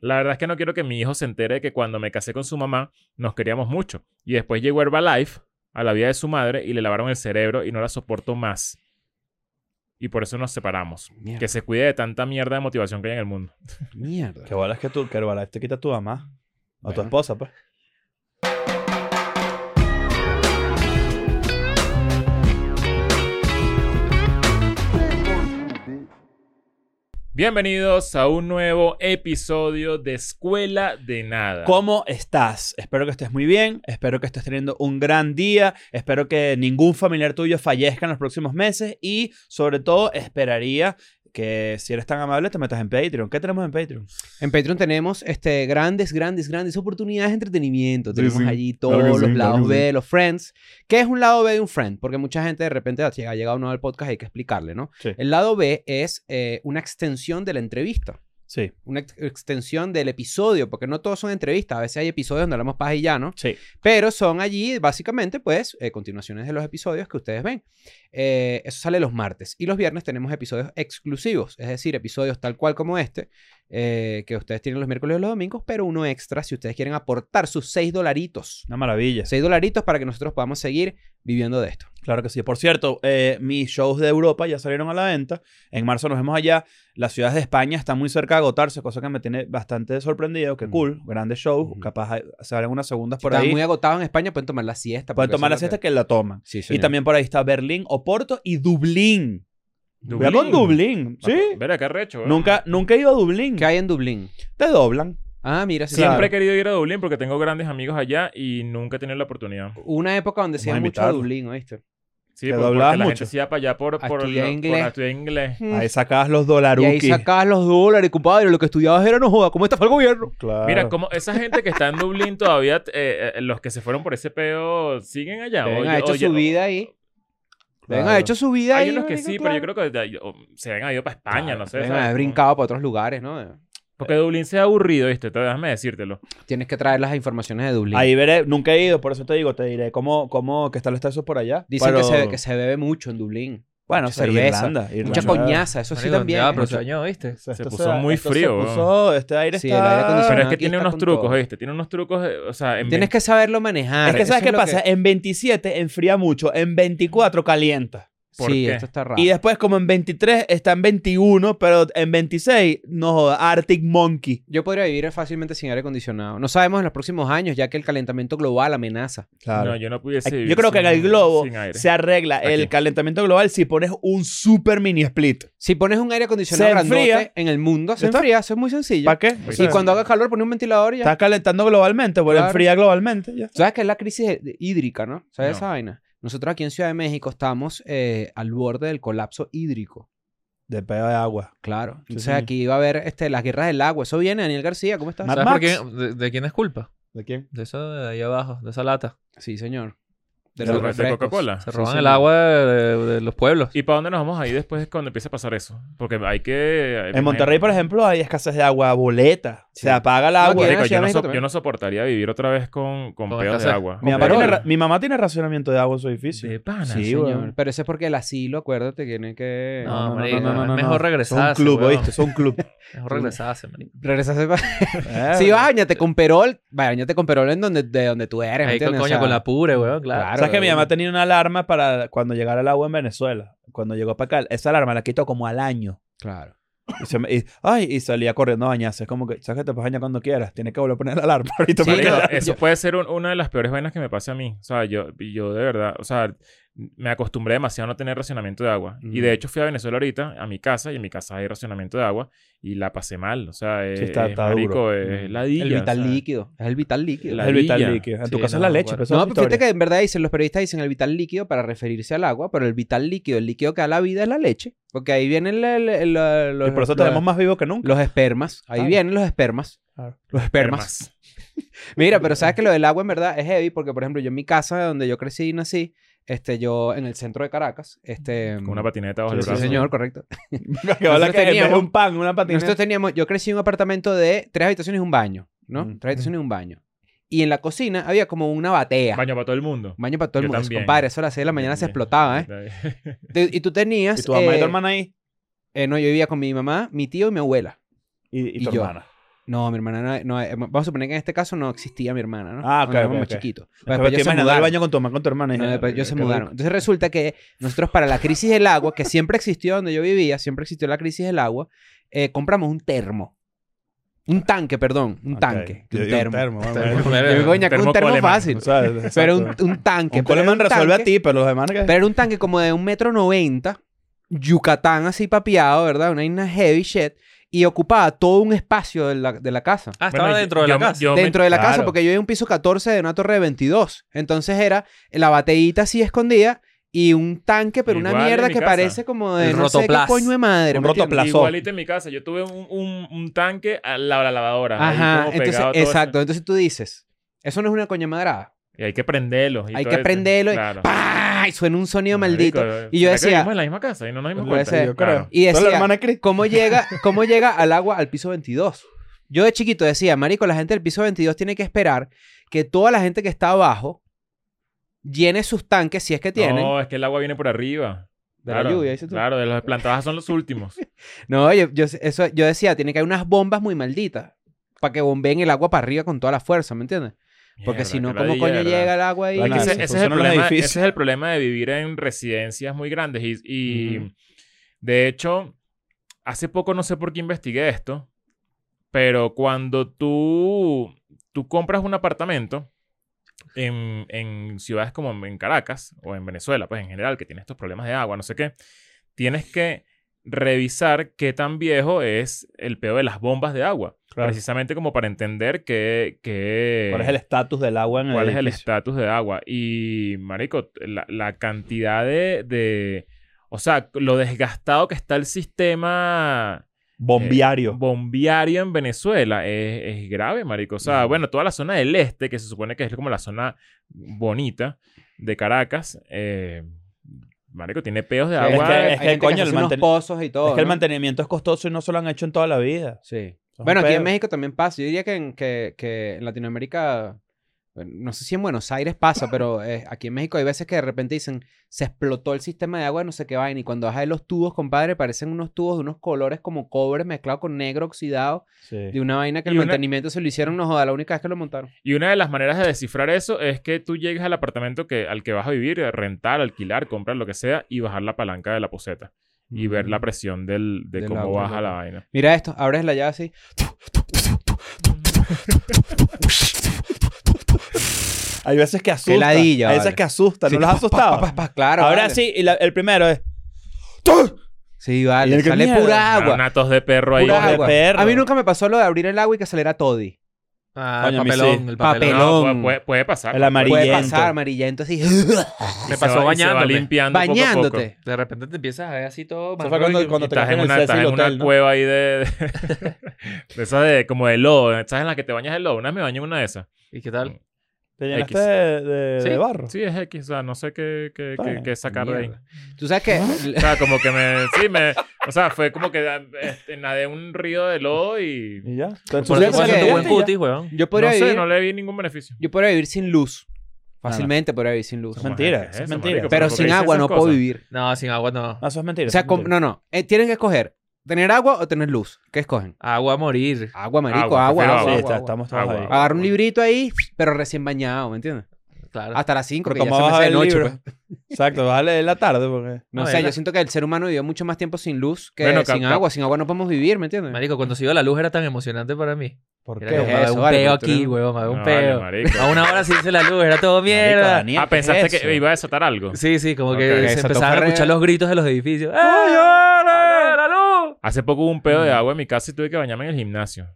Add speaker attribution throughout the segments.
Speaker 1: La verdad es que no quiero que mi hijo se entere de que cuando me casé con su mamá nos queríamos mucho. Y después llegó Herbalife a la vida de su madre y le lavaron el cerebro y no la soporto más. Y por eso nos separamos.
Speaker 2: Mierda.
Speaker 1: Que se cuide de tanta mierda de motivación que hay en el mundo.
Speaker 2: Mierda.
Speaker 3: Que bolas que tú, que Herbalife te quita a tu mamá. O a tu
Speaker 2: Bueno.
Speaker 3: esposa, pues.
Speaker 1: Bienvenidos a un nuevo episodio de Escuela de Nada.
Speaker 3: ¿Cómo estás? Espero que estés muy bien. Espero que estés teniendo un gran día. Espero que ningún familiar tuyo fallezca en los próximos meses. Y sobre todo, esperaría que si eres tan amable, te metas en Patreon. ¿Qué tenemos en Patreon?
Speaker 2: En Patreon tenemos este, grandes, grandes, grandes oportunidades de entretenimiento. Tenemos
Speaker 3: sí.
Speaker 2: allí todos
Speaker 3: Claro que
Speaker 2: los
Speaker 3: sí, claro
Speaker 2: lados
Speaker 3: que
Speaker 2: B de los friends. ¿Qué es un lado B de un friend? Porque mucha gente de repente llega, ha llegado nuevo al podcast y hay que explicarle, ¿no?
Speaker 3: Sí.
Speaker 2: El lado B es eh, una extensión de la entrevista.
Speaker 3: Sí.
Speaker 2: Una ex- extensión del episodio, porque no todos son entrevistas. A veces hay episodios donde hablamos paja y ya, ¿no?
Speaker 3: Sí.
Speaker 2: Pero son allí, básicamente, pues, eh, continuaciones de los episodios que ustedes ven. Eh, eso sale los martes. Y los viernes tenemos episodios exclusivos, es decir, episodios tal cual como este, eh, que ustedes tienen los miércoles y los domingos, pero uno extra si ustedes quieren aportar sus 6 dolaritos.
Speaker 3: Una maravilla.
Speaker 2: 6 dolaritos para que nosotros podamos seguir viviendo de esto.
Speaker 3: Claro que sí. Por cierto, eh, mis shows de Europa ya salieron a la venta. En marzo nos vemos allá. Las ciudades de España están muy cerca de agotarse, cosa que me tiene bastante sorprendido. Qué
Speaker 2: Mm.
Speaker 3: cool. Grandes shows.
Speaker 2: Ujú.
Speaker 3: Capaz hay- salen unas segundas
Speaker 2: Si
Speaker 3: por
Speaker 2: están
Speaker 3: ahí.
Speaker 2: muy agotados en España, pueden tomar la siesta.
Speaker 3: Pueden
Speaker 2: porque
Speaker 3: tomar la
Speaker 2: eso es
Speaker 3: siesta
Speaker 2: lo
Speaker 3: que la toman.
Speaker 2: que- Sí,
Speaker 3: Y
Speaker 2: señor.
Speaker 3: también por ahí está Berlín, Oporto y Dublín.
Speaker 1: Dublín.
Speaker 3: Voy con Dublín. Sí.
Speaker 1: Mira, qué arrecho. ¿eh?
Speaker 3: Nunca, nunca he ido a Dublín.
Speaker 2: ¿Qué hay en Dublín?
Speaker 3: Te doblan.
Speaker 2: Ah, mira, sí,
Speaker 1: Siempre
Speaker 2: sabe.
Speaker 1: he querido ir a Dublín porque tengo grandes amigos allá y nunca he tenido la oportunidad.
Speaker 2: Una época donde se
Speaker 3: Vamos a
Speaker 2: iba mucho a
Speaker 3: invitarlo.
Speaker 2: Dublín, ¿oíste?
Speaker 1: Sí,
Speaker 3: Te
Speaker 1: por- porque
Speaker 3: doblabas
Speaker 1: la
Speaker 3: mucho.
Speaker 1: gente se iba para allá por,
Speaker 2: A
Speaker 1: por,
Speaker 2: estudiar
Speaker 1: lo-
Speaker 2: inglés.
Speaker 1: por estudiar inglés.
Speaker 3: Ahí sacabas los dólares.
Speaker 2: Mm. Y ahí sacabas los dólares, compadre. Lo que estudiabas era no joda. ¿Cómo está el gobierno?
Speaker 3: Claro.
Speaker 1: Mira, como esa gente que está en Dublín todavía, eh, eh, los que se fueron por ese peo, siguen allá.
Speaker 2: Deben
Speaker 1: O-
Speaker 2: haber hecho
Speaker 1: o-
Speaker 2: su
Speaker 1: o-
Speaker 2: vida ahí. Deben haber
Speaker 3: Claro.
Speaker 2: hecho su vida ahí.
Speaker 1: Hay unos que sí, pero yo creo que de- o se han ido para España, no sé.
Speaker 2: Deben
Speaker 1: ¿sabes?
Speaker 2: haber brincado para otros lugares, ¿no?
Speaker 1: Porque Dublín se ha aburrido, ¿viste? Te- Déjame decírtelo.
Speaker 2: Tienes que traer las informaciones de Dublín.
Speaker 3: Ahí veré. Nunca he ido, por eso te digo, te diré cómo, cómo, qué tal está eso por allá.
Speaker 2: Dicen
Speaker 3: Pero-
Speaker 2: que, se, que se bebe mucho en Dublín.
Speaker 3: Bueno,
Speaker 2: mucha
Speaker 3: sí,
Speaker 2: cerveza,
Speaker 3: Irlanda,
Speaker 2: Mucha
Speaker 3: Irlanda.
Speaker 2: coñaza, eso sí
Speaker 4: Marico,
Speaker 2: también.
Speaker 4: ya,
Speaker 2: ¿eh?
Speaker 4: pero se dañó, ¿viste?
Speaker 3: Se
Speaker 1: puso muy frío,
Speaker 3: Se puso, este aire
Speaker 2: Sí, el
Speaker 3: está...
Speaker 2: aire acondicionado.
Speaker 1: Pero
Speaker 2: Bueno,
Speaker 1: es que
Speaker 2: aquí
Speaker 1: tiene
Speaker 2: está
Speaker 1: unos
Speaker 2: con
Speaker 1: trucos,
Speaker 2: todo.
Speaker 1: ¿viste? Tiene unos trucos, eh, o sea, en
Speaker 2: Tienes que saberlo manejar.
Speaker 3: Es que
Speaker 2: eso
Speaker 3: ¿sabes qué
Speaker 2: lo
Speaker 3: pasa? En 27 enfría mucho, en 24 calienta.
Speaker 1: ¿Por
Speaker 2: Sí,
Speaker 1: qué?
Speaker 2: esto está raro.
Speaker 3: Y después como en 23 está en 21, pero en 26, no joda, Arctic Monkey.
Speaker 2: Yo podría vivir fácilmente sin aire acondicionado. No sabemos en los próximos años, ya que el calentamiento global amenaza.
Speaker 1: No, yo no pudiese
Speaker 3: Aquí-
Speaker 1: vivir
Speaker 3: yo creo que en
Speaker 1: sin-
Speaker 3: el globo
Speaker 1: sin aire.
Speaker 3: Se arregla el
Speaker 1: Aquí.
Speaker 3: calentamiento global si pones un super mini split.
Speaker 2: Si pones un aire acondicionado
Speaker 3: Se
Speaker 2: grandote
Speaker 3: enfría.
Speaker 2: en el mundo, se
Speaker 3: ¿Ya está?
Speaker 2: enfría, eso es muy sencillo.
Speaker 3: ¿Para qué? O
Speaker 2: Y
Speaker 3: sea,
Speaker 2: cuando haga calor, pones un ventilador y ya.
Speaker 3: estás calentando globalmente, pues
Speaker 2: Pues, Claro.
Speaker 3: enfría globalmente. Ya.
Speaker 2: ¿Sabes qué es la crisis de- de- hídrica, no? ¿Sabes
Speaker 1: No.
Speaker 2: esa vaina? Nosotros aquí en Ciudad de México estamos eh, al borde del colapso hídrico.
Speaker 3: De pedo de agua.
Speaker 2: Claro. Entonces
Speaker 3: señor.
Speaker 2: aquí va a haber este, las guerras del agua. Eso viene, Daniel García, ¿cómo estás?
Speaker 3: Mad
Speaker 4: ¿Sabes por qué?
Speaker 3: Max.
Speaker 4: ¿De, de quién es culpa?
Speaker 3: ¿De quién?
Speaker 4: De eso de ahí abajo, de esa lata.
Speaker 2: Sí, señor.
Speaker 1: de,
Speaker 2: los
Speaker 1: de
Speaker 2: refrescos.
Speaker 1: Coca-Cola.
Speaker 4: Se
Speaker 2: Sí,
Speaker 4: roban el
Speaker 2: señor.
Speaker 4: agua de, de- de los pueblos.
Speaker 1: ¿Y para dónde nos vamos a ir después cuando empiece a pasar eso? Porque hay que...
Speaker 3: En Monterrey, por ejemplo, hay escasez de agua, boleta.
Speaker 2: Sí.
Speaker 3: Se apaga el
Speaker 2: No,
Speaker 3: agua.
Speaker 2: aquí en la
Speaker 1: Marico,
Speaker 2: Ciudad
Speaker 1: yo,
Speaker 2: de
Speaker 1: no
Speaker 2: México
Speaker 1: so-
Speaker 2: también.
Speaker 1: yo no soportaría vivir otra vez con, con
Speaker 4: Con
Speaker 1: peos de
Speaker 4: escasez.
Speaker 1: agua.
Speaker 3: Mi
Speaker 1: Con
Speaker 3: mamá,
Speaker 1: pedos.
Speaker 3: tiene,
Speaker 2: Pero-
Speaker 3: ra- mi mamá tiene racionamiento de agua en su edificio.
Speaker 1: De pana.
Speaker 3: Sí,
Speaker 2: Señor,
Speaker 3: weón.
Speaker 2: Pero eso es porque el asilo, acuérdate, tiene que...
Speaker 4: No, marico, es mejor
Speaker 3: Es
Speaker 4: regresarse,
Speaker 3: un club,
Speaker 4: weón.
Speaker 3: ¿oíste? Es un club.
Speaker 4: Mejor regresarse, marico.
Speaker 2: Regresarse pa- Si vas, bañate con perol. Bañate con perol en donde, de donde tú eres. ¿me
Speaker 4: Ahí con
Speaker 2: entiendes? O
Speaker 4: coño,
Speaker 2: sea,
Speaker 4: con la pure, weón, claro.
Speaker 2: claro.
Speaker 3: ¿Sabes que mi mamá
Speaker 2: weón.
Speaker 3: tenía una alarma para cuando llegara el agua en Venezuela? Cuando llegó para acá, esa alarma la quitó como al año.
Speaker 2: Claro.
Speaker 3: Y, se me- y- ay, y salía corriendo a bañarse. Es como que, ¿sabes que te puedes bañar cuando quieras? Tienes que volver a poner la alarma ahorita.
Speaker 2: Sí,
Speaker 3: porque-
Speaker 1: Marico,
Speaker 2: no,
Speaker 1: eso
Speaker 2: yo-
Speaker 1: puede ser un- una de las peores vainas que me pase a mí. O sea, yo, yo de verdad, o sea, me acostumbré demasiado a no tener racionamiento de agua. Y
Speaker 2: Mm.
Speaker 1: de hecho fui a Venezuela ahorita, a mi casa, y en mi casa hay racionamiento de agua, y la pasé mal. O sea, es,
Speaker 3: está-
Speaker 1: es
Speaker 3: está
Speaker 1: marico,
Speaker 3: duro.
Speaker 1: es
Speaker 2: Mm.
Speaker 1: ladilla.
Speaker 2: el
Speaker 1: o
Speaker 2: vital
Speaker 1: sea.
Speaker 2: líquido. Es el vital líquido.
Speaker 1: La
Speaker 3: el
Speaker 1: villa.
Speaker 3: vital líquido. En tu
Speaker 4: Sí,
Speaker 3: caso
Speaker 4: no,
Speaker 3: es la leche,
Speaker 4: bueno.
Speaker 3: pero eso es
Speaker 2: No, pues
Speaker 3: otra
Speaker 2: pero fíjate
Speaker 3: historia.
Speaker 2: que en verdad dicen, los periodistas dicen el vital líquido para referirse al agua, pero el vital líquido, el líquido que da la vida es la leche. Porque ahí vienen el- el- el- los,
Speaker 3: Y por eso
Speaker 2: los-
Speaker 3: tenemos más vivo que nunca.
Speaker 2: los espermas. Ahí
Speaker 3: Claro.
Speaker 2: vienen los espermas.
Speaker 3: Claro.
Speaker 2: Los espermas.
Speaker 1: Hermas.
Speaker 2: Mira, pero sabes que lo del agua en verdad es heavy porque, por ejemplo, yo en mi casa donde yo crecí y nací, este, yo en el centro de Caracas, este...
Speaker 1: Con una patineta bajo
Speaker 3: Sí,
Speaker 1: el
Speaker 3: sí,
Speaker 1: brazo.
Speaker 2: Sí, señor, correcto.
Speaker 3: que vale que en vez de
Speaker 2: teníamos-
Speaker 3: un pan, una patineta.
Speaker 2: Nosotros teníamos, yo crecí en un apartamento de tres habitaciones y un baño, ¿no?
Speaker 3: Mm.
Speaker 2: Tres habitaciones y un baño. Y en la cocina había como una batea.
Speaker 1: Baño para todo el mundo.
Speaker 2: Baño para todo el
Speaker 1: Yo
Speaker 2: mundo.
Speaker 1: también.
Speaker 2: Compadre, eso a las 6 de la mañana se
Speaker 1: Bien,
Speaker 2: explotaba, ¿eh?
Speaker 1: bien.
Speaker 2: Te- y tú tenías.
Speaker 3: Y tu mamá y
Speaker 2: eh,
Speaker 3: tu hermana ahí.
Speaker 2: eh, no, yo vivía con mi mamá, mi tío y mi abuela.
Speaker 3: Y, y
Speaker 2: y
Speaker 3: tu
Speaker 2: yo.
Speaker 3: hermana.
Speaker 2: No, mi hermana no, no- eh, Vamos a suponer que en este caso no existía mi hermana, ¿no?
Speaker 3: Ah, ok,
Speaker 2: Cuando éramos
Speaker 3: ok,
Speaker 2: más
Speaker 3: ok.
Speaker 2: chiquitos.
Speaker 3: Pero
Speaker 2: Después
Speaker 3: te
Speaker 2: ellos pues se
Speaker 3: imaginas, dar al
Speaker 2: mudaron.
Speaker 3: baño con tu, mamá- con tu hermana. y
Speaker 2: No,
Speaker 3: dije,
Speaker 2: después ellos se
Speaker 3: qué
Speaker 2: mudaron.
Speaker 3: loco.
Speaker 2: Entonces resulta que nosotros para la crisis del agua, que siempre existió donde yo vivía, siempre existió la crisis del agua, eh, compramos un termo. Un tanque, perdón. Un
Speaker 3: Ok.
Speaker 2: tanque.
Speaker 3: Yo
Speaker 2: Un
Speaker 3: digo,
Speaker 2: termo.
Speaker 3: vamos,
Speaker 4: Termo.
Speaker 3: bueno.
Speaker 2: Yo digo, coño, con
Speaker 1: termo
Speaker 2: un termo
Speaker 1: Coleman,
Speaker 2: fácil.
Speaker 3: O sea, exacto.
Speaker 2: Pero un, un tanque.
Speaker 3: Un
Speaker 2: pero era
Speaker 3: Coleman
Speaker 2: un
Speaker 3: resuelve a
Speaker 2: tanque-
Speaker 3: ti, pero los demás... ¿qué?
Speaker 2: Pero era un tanque como de un metro noventa, Yucatán así papiado, ¿verdad? Una, una heavy shit. Y ocupaba todo un espacio de la, de la casa.
Speaker 4: Ah, estaba
Speaker 1: Bueno,
Speaker 4: dentro
Speaker 1: yo-
Speaker 4: de la
Speaker 1: yo me-
Speaker 4: casa.
Speaker 1: yo me-
Speaker 2: dentro de la casa,
Speaker 3: claro.
Speaker 2: porque yo vivía en un piso 14 de una torre de 22. Entonces era la bateíta así escondida y un tanque, pero una
Speaker 1: Igual en
Speaker 2: mierda
Speaker 1: mi
Speaker 2: que
Speaker 1: casa.
Speaker 2: parece como de
Speaker 4: El
Speaker 2: no sé qué
Speaker 4: rotoplas.
Speaker 2: coño de madre.
Speaker 3: Un
Speaker 2: ¿me entiendes?
Speaker 3: rotoplas. Plazó.
Speaker 1: Igualito en mi casa. Yo tuve un, un- un tanque al lado de la lavadora. ahí
Speaker 2: Ajá,
Speaker 1: como
Speaker 2: entonces,
Speaker 1: pegado a todo
Speaker 2: exacto. Entonces tú dices, eso no es una coña madrada.
Speaker 1: eso. Y hay que prenderlo. y
Speaker 2: Hay
Speaker 1: todo
Speaker 2: que
Speaker 1: eso.
Speaker 2: prenderlo y
Speaker 1: Claro.
Speaker 2: ¡Pah! Y suena un sonido
Speaker 1: Marico,
Speaker 2: maldito. Y yo
Speaker 1: ¿será que
Speaker 2: decía-
Speaker 1: Vivimos en la misma casa y no nos dimos
Speaker 2: Puede
Speaker 1: cuenta.
Speaker 2: ser.
Speaker 3: Yo creo.
Speaker 2: Y
Speaker 3: Solo
Speaker 2: decía-
Speaker 3: la hermana Cris.
Speaker 2: ¿Cómo llega, ¿Cómo llega al agua al piso 22? Yo de chiquito decía, marico, la gente del piso 22 tiene que esperar que toda la gente que está abajo llene sus tanques, si es que tienen,
Speaker 1: No, es que el agua viene por arriba.
Speaker 2: de
Speaker 1: claro,
Speaker 2: la lluvia. dices tú.
Speaker 1: Claro, de los plantadas son los últimos.
Speaker 2: No, yo, yo- eso, yo decía, tiene que haber unas bombas muy malditas para que bombeen el agua para arriba con toda la fuerza, ¿me entiendes? Porque si no,
Speaker 1: Mierda,
Speaker 2: ¿cómo
Speaker 1: qué
Speaker 2: coño
Speaker 1: ladilla,
Speaker 2: llega
Speaker 1: ¿verdad?
Speaker 2: el agua ahí?
Speaker 1: Es
Speaker 3: Hay
Speaker 1: que
Speaker 3: Claro,
Speaker 1: ese,
Speaker 3: si
Speaker 1: ese es el
Speaker 3: funcionan los
Speaker 1: problema, ese
Speaker 3: edificios.
Speaker 1: es el problema de vivir en residencias muy grandes. Y, y,
Speaker 2: Ujú.
Speaker 1: de hecho, hace poco no sé por qué investigué esto, pero cuando tú, tú compras un apartamento en, en ciudades como en Caracas o en Venezuela, pues en general, que tiene estos problemas de agua, no sé qué, tienes que revisar qué tan viejo es el peo de las bombas de agua.
Speaker 3: Claro.
Speaker 1: Precisamente como para entender que... que
Speaker 3: ¿Cuál es el estatus del agua en el
Speaker 1: cuál es el
Speaker 3: edificio?
Speaker 1: estatus de agua. Y, marico, la, la cantidad de, de- O sea, lo desgastado que está el sistema
Speaker 3: Bombiario.
Speaker 1: bombiario en Venezuela es, es grave, marico. O sea,
Speaker 3: Ujú.
Speaker 1: bueno, toda la zona del este, que se supone que es como la zona bonita de Caracas, eh, marico, tiene peos de
Speaker 2: Sí,
Speaker 1: agua.
Speaker 3: que- es
Speaker 2: hay
Speaker 3: que,
Speaker 2: gente
Speaker 3: coño,
Speaker 2: hace
Speaker 3: el
Speaker 2: unos
Speaker 3: manten-
Speaker 2: pozos y todo.
Speaker 3: es que el
Speaker 2: ¿no?
Speaker 3: mantenimiento es costoso y no se lo han hecho en toda la vida.
Speaker 2: Sí.
Speaker 3: un
Speaker 2: Bueno, aquí
Speaker 3: pedo.
Speaker 2: en México también pasa. Yo diría que en, que, que en Latinoamérica, bueno, no sé si en Buenos Aires pasa, pero eh, aquí en México hay veces que de repente dicen, se explotó el sistema de agua, de no sé qué vaina. Y cuando vas a ver los tubos, compadre, parecen unos tubos de unos colores como cobre mezclado con negro oxidado, de una vaina que
Speaker 1: Y
Speaker 2: el
Speaker 1: una-
Speaker 2: mantenimiento se lo hicieron, no joda, la única vez que lo montaron.
Speaker 1: Y una de las maneras de descifrar eso es que tú llegues al apartamento que, al que vas a vivir, eh, rentar, alquilar, comprar, lo que sea, y bajar la palanca de la poseta. Y ver la presión del, de
Speaker 2: Del
Speaker 1: cómo
Speaker 2: agua,
Speaker 1: baja
Speaker 2: claro.
Speaker 1: la vaina.
Speaker 2: Mira esto, abres la llave así.
Speaker 3: Hay veces que asusta.
Speaker 2: Qué ladilla,
Speaker 3: Hay veces
Speaker 2: vale.
Speaker 3: que asusta.
Speaker 2: Sí,
Speaker 3: ¿No los
Speaker 2: pa,
Speaker 3: has
Speaker 2: pa,
Speaker 3: asustado?
Speaker 2: pa, pa, claro.
Speaker 3: Ahora
Speaker 2: vale.
Speaker 3: sí, y la- el primero es...
Speaker 2: Sí,
Speaker 3: Y
Speaker 2: vale.
Speaker 3: el que
Speaker 2: Sale
Speaker 3: mierda.
Speaker 2: pura
Speaker 1: Natos
Speaker 2: agua.
Speaker 1: de perro ahí.
Speaker 2: pura
Speaker 3: de
Speaker 2: agua.
Speaker 3: perro.
Speaker 2: A mí nunca me pasó lo de abrir el agua y que saliera toddy.
Speaker 4: Ah, el
Speaker 3: Coño, a mí
Speaker 4: papelón,
Speaker 3: sí.
Speaker 4: el papelón.
Speaker 2: Papelón.
Speaker 1: No, puede, puede- puede pasar.
Speaker 3: El
Speaker 1: puede-
Speaker 3: amarillo.
Speaker 2: Puede
Speaker 3: Amarillento.
Speaker 2: pasar amarillento así.
Speaker 1: y
Speaker 4: Me
Speaker 1: se
Speaker 4: pasó
Speaker 1: va- y se va
Speaker 4: bañándome.
Speaker 1: limpiando poco a poco.
Speaker 2: bañándote.
Speaker 4: De repente te empiezas a ver así todo.
Speaker 3: Eso fue
Speaker 4: marrón
Speaker 3: cuando-
Speaker 4: y-
Speaker 3: cuando
Speaker 4: y-
Speaker 3: te-
Speaker 1: Estás en
Speaker 3: en el
Speaker 1: una,
Speaker 3: Cecil
Speaker 1: estás en una
Speaker 3: Hotel, ¿no?
Speaker 1: cueva ahí de... de- de esas de... Como de lodo. Estás en la que te bañas de lodo. Una vez me bañé en una de esas.
Speaker 4: ¿Y qué tal?
Speaker 3: Te llenaste
Speaker 1: X.
Speaker 3: de, de-
Speaker 4: Sí,
Speaker 3: de barro.
Speaker 1: Sí, es X. O sea, no sé qué, qué,
Speaker 3: Está
Speaker 1: qué-
Speaker 3: bien.
Speaker 1: qué sacar de ahí.
Speaker 4: Mierda.
Speaker 2: Tú sabes que
Speaker 1: O sea, como que me... Sí, me... O sea, fue como que ah, este, nadé un río de lodo y...
Speaker 3: Y ya.
Speaker 4: Por
Speaker 2: Sucede
Speaker 4: eso
Speaker 2: que-
Speaker 4: pasa tu buen
Speaker 2: ya.
Speaker 4: cutis, weón.
Speaker 2: yo podría,
Speaker 1: No sé,
Speaker 2: vivir,
Speaker 1: no le vi ningún beneficio.
Speaker 2: yo podría vivir sin luz. Fácilmente podría vivir sin luz.
Speaker 3: Es mentira,
Speaker 1: ¿Qué
Speaker 3: es mentira.
Speaker 1: marico?
Speaker 2: Pero
Speaker 1: ¿Por qué
Speaker 2: sin
Speaker 1: dices
Speaker 2: agua
Speaker 1: esas
Speaker 2: no puedo
Speaker 1: cosas?
Speaker 2: vivir.
Speaker 4: No, sin agua no.
Speaker 3: No, eso es mentira.
Speaker 2: O sea,
Speaker 3: eso es
Speaker 2: com-
Speaker 3: mentira.
Speaker 2: no, no. Eh, tienen que escoger tener agua o tener luz. ¿Qué escogen?
Speaker 4: Agua a morir.
Speaker 2: Agua, marico,
Speaker 1: Agua,
Speaker 2: agua,
Speaker 1: prefiero
Speaker 2: agua,
Speaker 3: Sí,
Speaker 1: Ah, agua.
Speaker 2: agua,
Speaker 3: está-
Speaker 2: agua.
Speaker 3: estamos todos
Speaker 1: Agua.
Speaker 3: ahí.
Speaker 2: Agarra un librito ahí, pero recién bañado, ¿me entiendes?
Speaker 4: Claro.
Speaker 2: Hasta las 5,
Speaker 3: Pero
Speaker 2: que ya se
Speaker 3: como
Speaker 2: me
Speaker 3: vas a
Speaker 2: hace
Speaker 3: ver
Speaker 2: de
Speaker 3: el
Speaker 2: noche.
Speaker 3: libro.
Speaker 2: pues.
Speaker 3: Exacto, vale en la tarde porque...
Speaker 2: No
Speaker 4: No,
Speaker 2: sé,
Speaker 4: es
Speaker 2: yo
Speaker 4: la-
Speaker 2: siento que el ser humano vivió mucho más tiempo sin luz que
Speaker 1: Bueno,
Speaker 2: sin
Speaker 1: capaz-
Speaker 2: agua. Sin agua no podemos vivir, ¿me entiendes?
Speaker 4: Marico, cuando se iba la luz era tan emocionante para mí.
Speaker 3: ¿Por
Speaker 4: Era
Speaker 3: qué?
Speaker 4: como,
Speaker 2: es
Speaker 4: me había
Speaker 2: eso,
Speaker 4: un
Speaker 2: vale,
Speaker 4: peo
Speaker 2: pero tú
Speaker 4: aquí,
Speaker 2: no-
Speaker 4: weón. me había
Speaker 1: No,
Speaker 4: un
Speaker 1: vale,
Speaker 4: peo.
Speaker 1: marico.
Speaker 4: a una hora se hizo la luz, era todo mierda.
Speaker 3: Daniel,
Speaker 1: Ah,
Speaker 3: ¿qué es
Speaker 1: pensaste
Speaker 3: eso?
Speaker 1: que iba a desatar algo.
Speaker 4: Sí, sí, como que
Speaker 1: Ok,
Speaker 4: se
Speaker 2: esa
Speaker 4: empezaban
Speaker 2: tofa
Speaker 4: a escuchar
Speaker 2: re-
Speaker 4: los gritos de los edificios. ¡Ay, ahora, la luz!
Speaker 1: Hace poco hubo un pedo de agua en mi casa y tuve que bañarme en el gimnasio.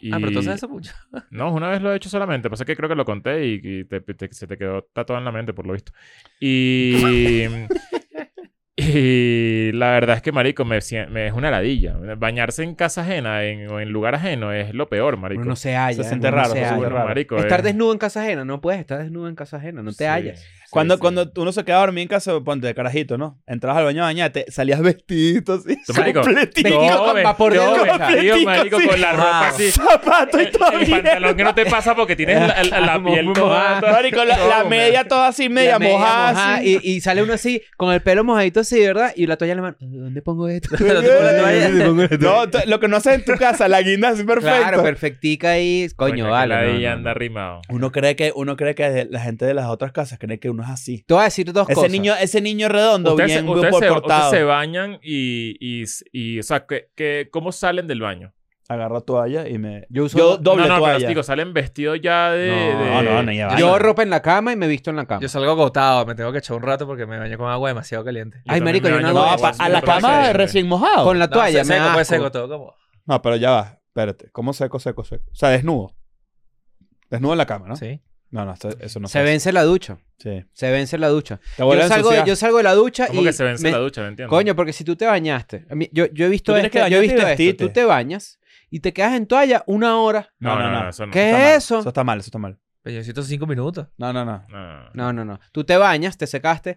Speaker 1: Y-
Speaker 4: Ah, pero entonces eso mucho.
Speaker 1: No, una vez lo he hecho solamente. Pasa que creo que lo conté y, y te- te- se te quedó tatuado en la mente, por lo visto. Y. y la verdad es que, marico, me, sien- me- es una ladilla. Bañarse en casa ajena en- o en lugar ajeno es lo peor, marico.
Speaker 2: Uno no se halla.
Speaker 3: Se siente
Speaker 2: uno
Speaker 3: raro,
Speaker 2: no
Speaker 3: se
Speaker 2: halla.
Speaker 3: siente raro.
Speaker 1: marico,
Speaker 2: Estar
Speaker 1: eh.
Speaker 2: desnudo en casa ajena. No puedes estar desnudo en casa ajena. No te
Speaker 1: Sí,
Speaker 2: hallas.
Speaker 1: sí,
Speaker 3: Cuando,
Speaker 1: sí.
Speaker 3: cuando uno se queda dormido en casa, ponte de carajito, ¿no? Entrabas al baño a bañarte, salías vestidito así,
Speaker 1: Tú, marico, eh,
Speaker 3: completito, Ah,
Speaker 2: Vestido
Speaker 1: Todo
Speaker 2: con
Speaker 1: ve-
Speaker 2: vapor de
Speaker 1: todo
Speaker 2: ducha.
Speaker 1: vestido, marico, con la ropa
Speaker 4: Wow.
Speaker 1: así. Eh,
Speaker 3: zapato y
Speaker 1: El,
Speaker 3: todo
Speaker 1: el pantalón que no te pasa porque tienes la, la- la
Speaker 2: Vamos,
Speaker 1: piel
Speaker 2: muy
Speaker 1: toda...
Speaker 2: mojada.
Speaker 1: toda-
Speaker 3: Marico, la, la
Speaker 1: No,
Speaker 3: media toda así, media,
Speaker 2: La media
Speaker 3: mojada,
Speaker 2: mojada,
Speaker 3: así.
Speaker 2: Y, y sale uno así, con el pelo mojadito así, ¿verdad? Y la toalla alemana, ¿dónde pongo esto?
Speaker 3: Eh, No, t- lo que no haces en tu casa, la guinda es perfecto.
Speaker 2: Claro, perfectica ahí. Coño,
Speaker 1: que
Speaker 2: vale.
Speaker 1: La
Speaker 2: no,
Speaker 1: de
Speaker 2: no,
Speaker 1: ella
Speaker 2: no.
Speaker 1: anda arrimado.
Speaker 3: Uno cree que, uno cree que de- la gente de las otras casas cree que uno es así.
Speaker 2: Te voy a decir dos
Speaker 3: Ese
Speaker 2: cosas.
Speaker 3: niño, ese niño redondo,
Speaker 1: Ustedes, se-
Speaker 3: bien
Speaker 1: ustedes
Speaker 3: por-
Speaker 1: se,
Speaker 3: portado.
Speaker 1: ustedes se bañan y, y, y, o sea, que, que- ¿cómo salen del baño?
Speaker 3: Agarra toalla y me.
Speaker 2: Yo uso.
Speaker 3: Yo doble
Speaker 1: no, no,
Speaker 3: toalla.
Speaker 1: pero digo, salen vestidos ya de... de-
Speaker 2: No,
Speaker 3: no, no, ni de
Speaker 2: yo
Speaker 3: vaina.
Speaker 2: ropa en la cama y me visto en la cama.
Speaker 4: Yo salgo agotado, me tengo que echar un rato porque me baño con agua demasiado caliente.
Speaker 1: Yo
Speaker 2: Ay,
Speaker 1: también
Speaker 2: marico,
Speaker 1: me
Speaker 2: yo
Speaker 1: baño
Speaker 2: no
Speaker 1: con
Speaker 2: hago
Speaker 1: agua,
Speaker 3: No,
Speaker 2: eso.
Speaker 3: pa-
Speaker 1: sí,
Speaker 3: a la
Speaker 1: pero
Speaker 3: cama
Speaker 1: diferente.
Speaker 3: recién mojado.
Speaker 2: Con la toalla,
Speaker 4: se,
Speaker 2: me
Speaker 4: seco,
Speaker 2: da
Speaker 4: pues seco
Speaker 2: asco.
Speaker 4: todo como.
Speaker 3: No, pero ya va. Espérate. ¿Cómo seco, seco, seco? O sea, desnudo. Desnudo en la cama, ¿no?
Speaker 4: Sí.
Speaker 3: No, no, esto- eso no
Speaker 2: Se vence la ducha.
Speaker 3: hace. Sí.
Speaker 2: Se vence la ducha.
Speaker 3: Te
Speaker 2: Yo
Speaker 3: vuelve a
Speaker 2: salgo, de,
Speaker 3: ensuciar.
Speaker 2: yo salgo de la ducha
Speaker 1: ¿Cómo
Speaker 2: y.
Speaker 1: que se vence
Speaker 2: me-
Speaker 1: la ducha? No entiendo.
Speaker 2: Coño, porque si tú te bañaste. a mí- Yo, yo he visto,
Speaker 3: Tú tienes que
Speaker 2: este- yo he
Speaker 3: bañarte y
Speaker 2: visto esto. Tú
Speaker 3: vestirte.
Speaker 2: te bañas y te quedas en toalla una hora.
Speaker 1: No, no,
Speaker 3: No, no,
Speaker 1: no,
Speaker 3: no.
Speaker 1: eso no.
Speaker 2: ¿Qué
Speaker 3: Está mal,
Speaker 2: es eso?
Speaker 3: Eso está mal, eso está mal.
Speaker 4: Pero Pues yo necesito cinco minutos.
Speaker 3: No, no, no.
Speaker 1: No.
Speaker 2: No, no, no. Tú te bañas, te secaste.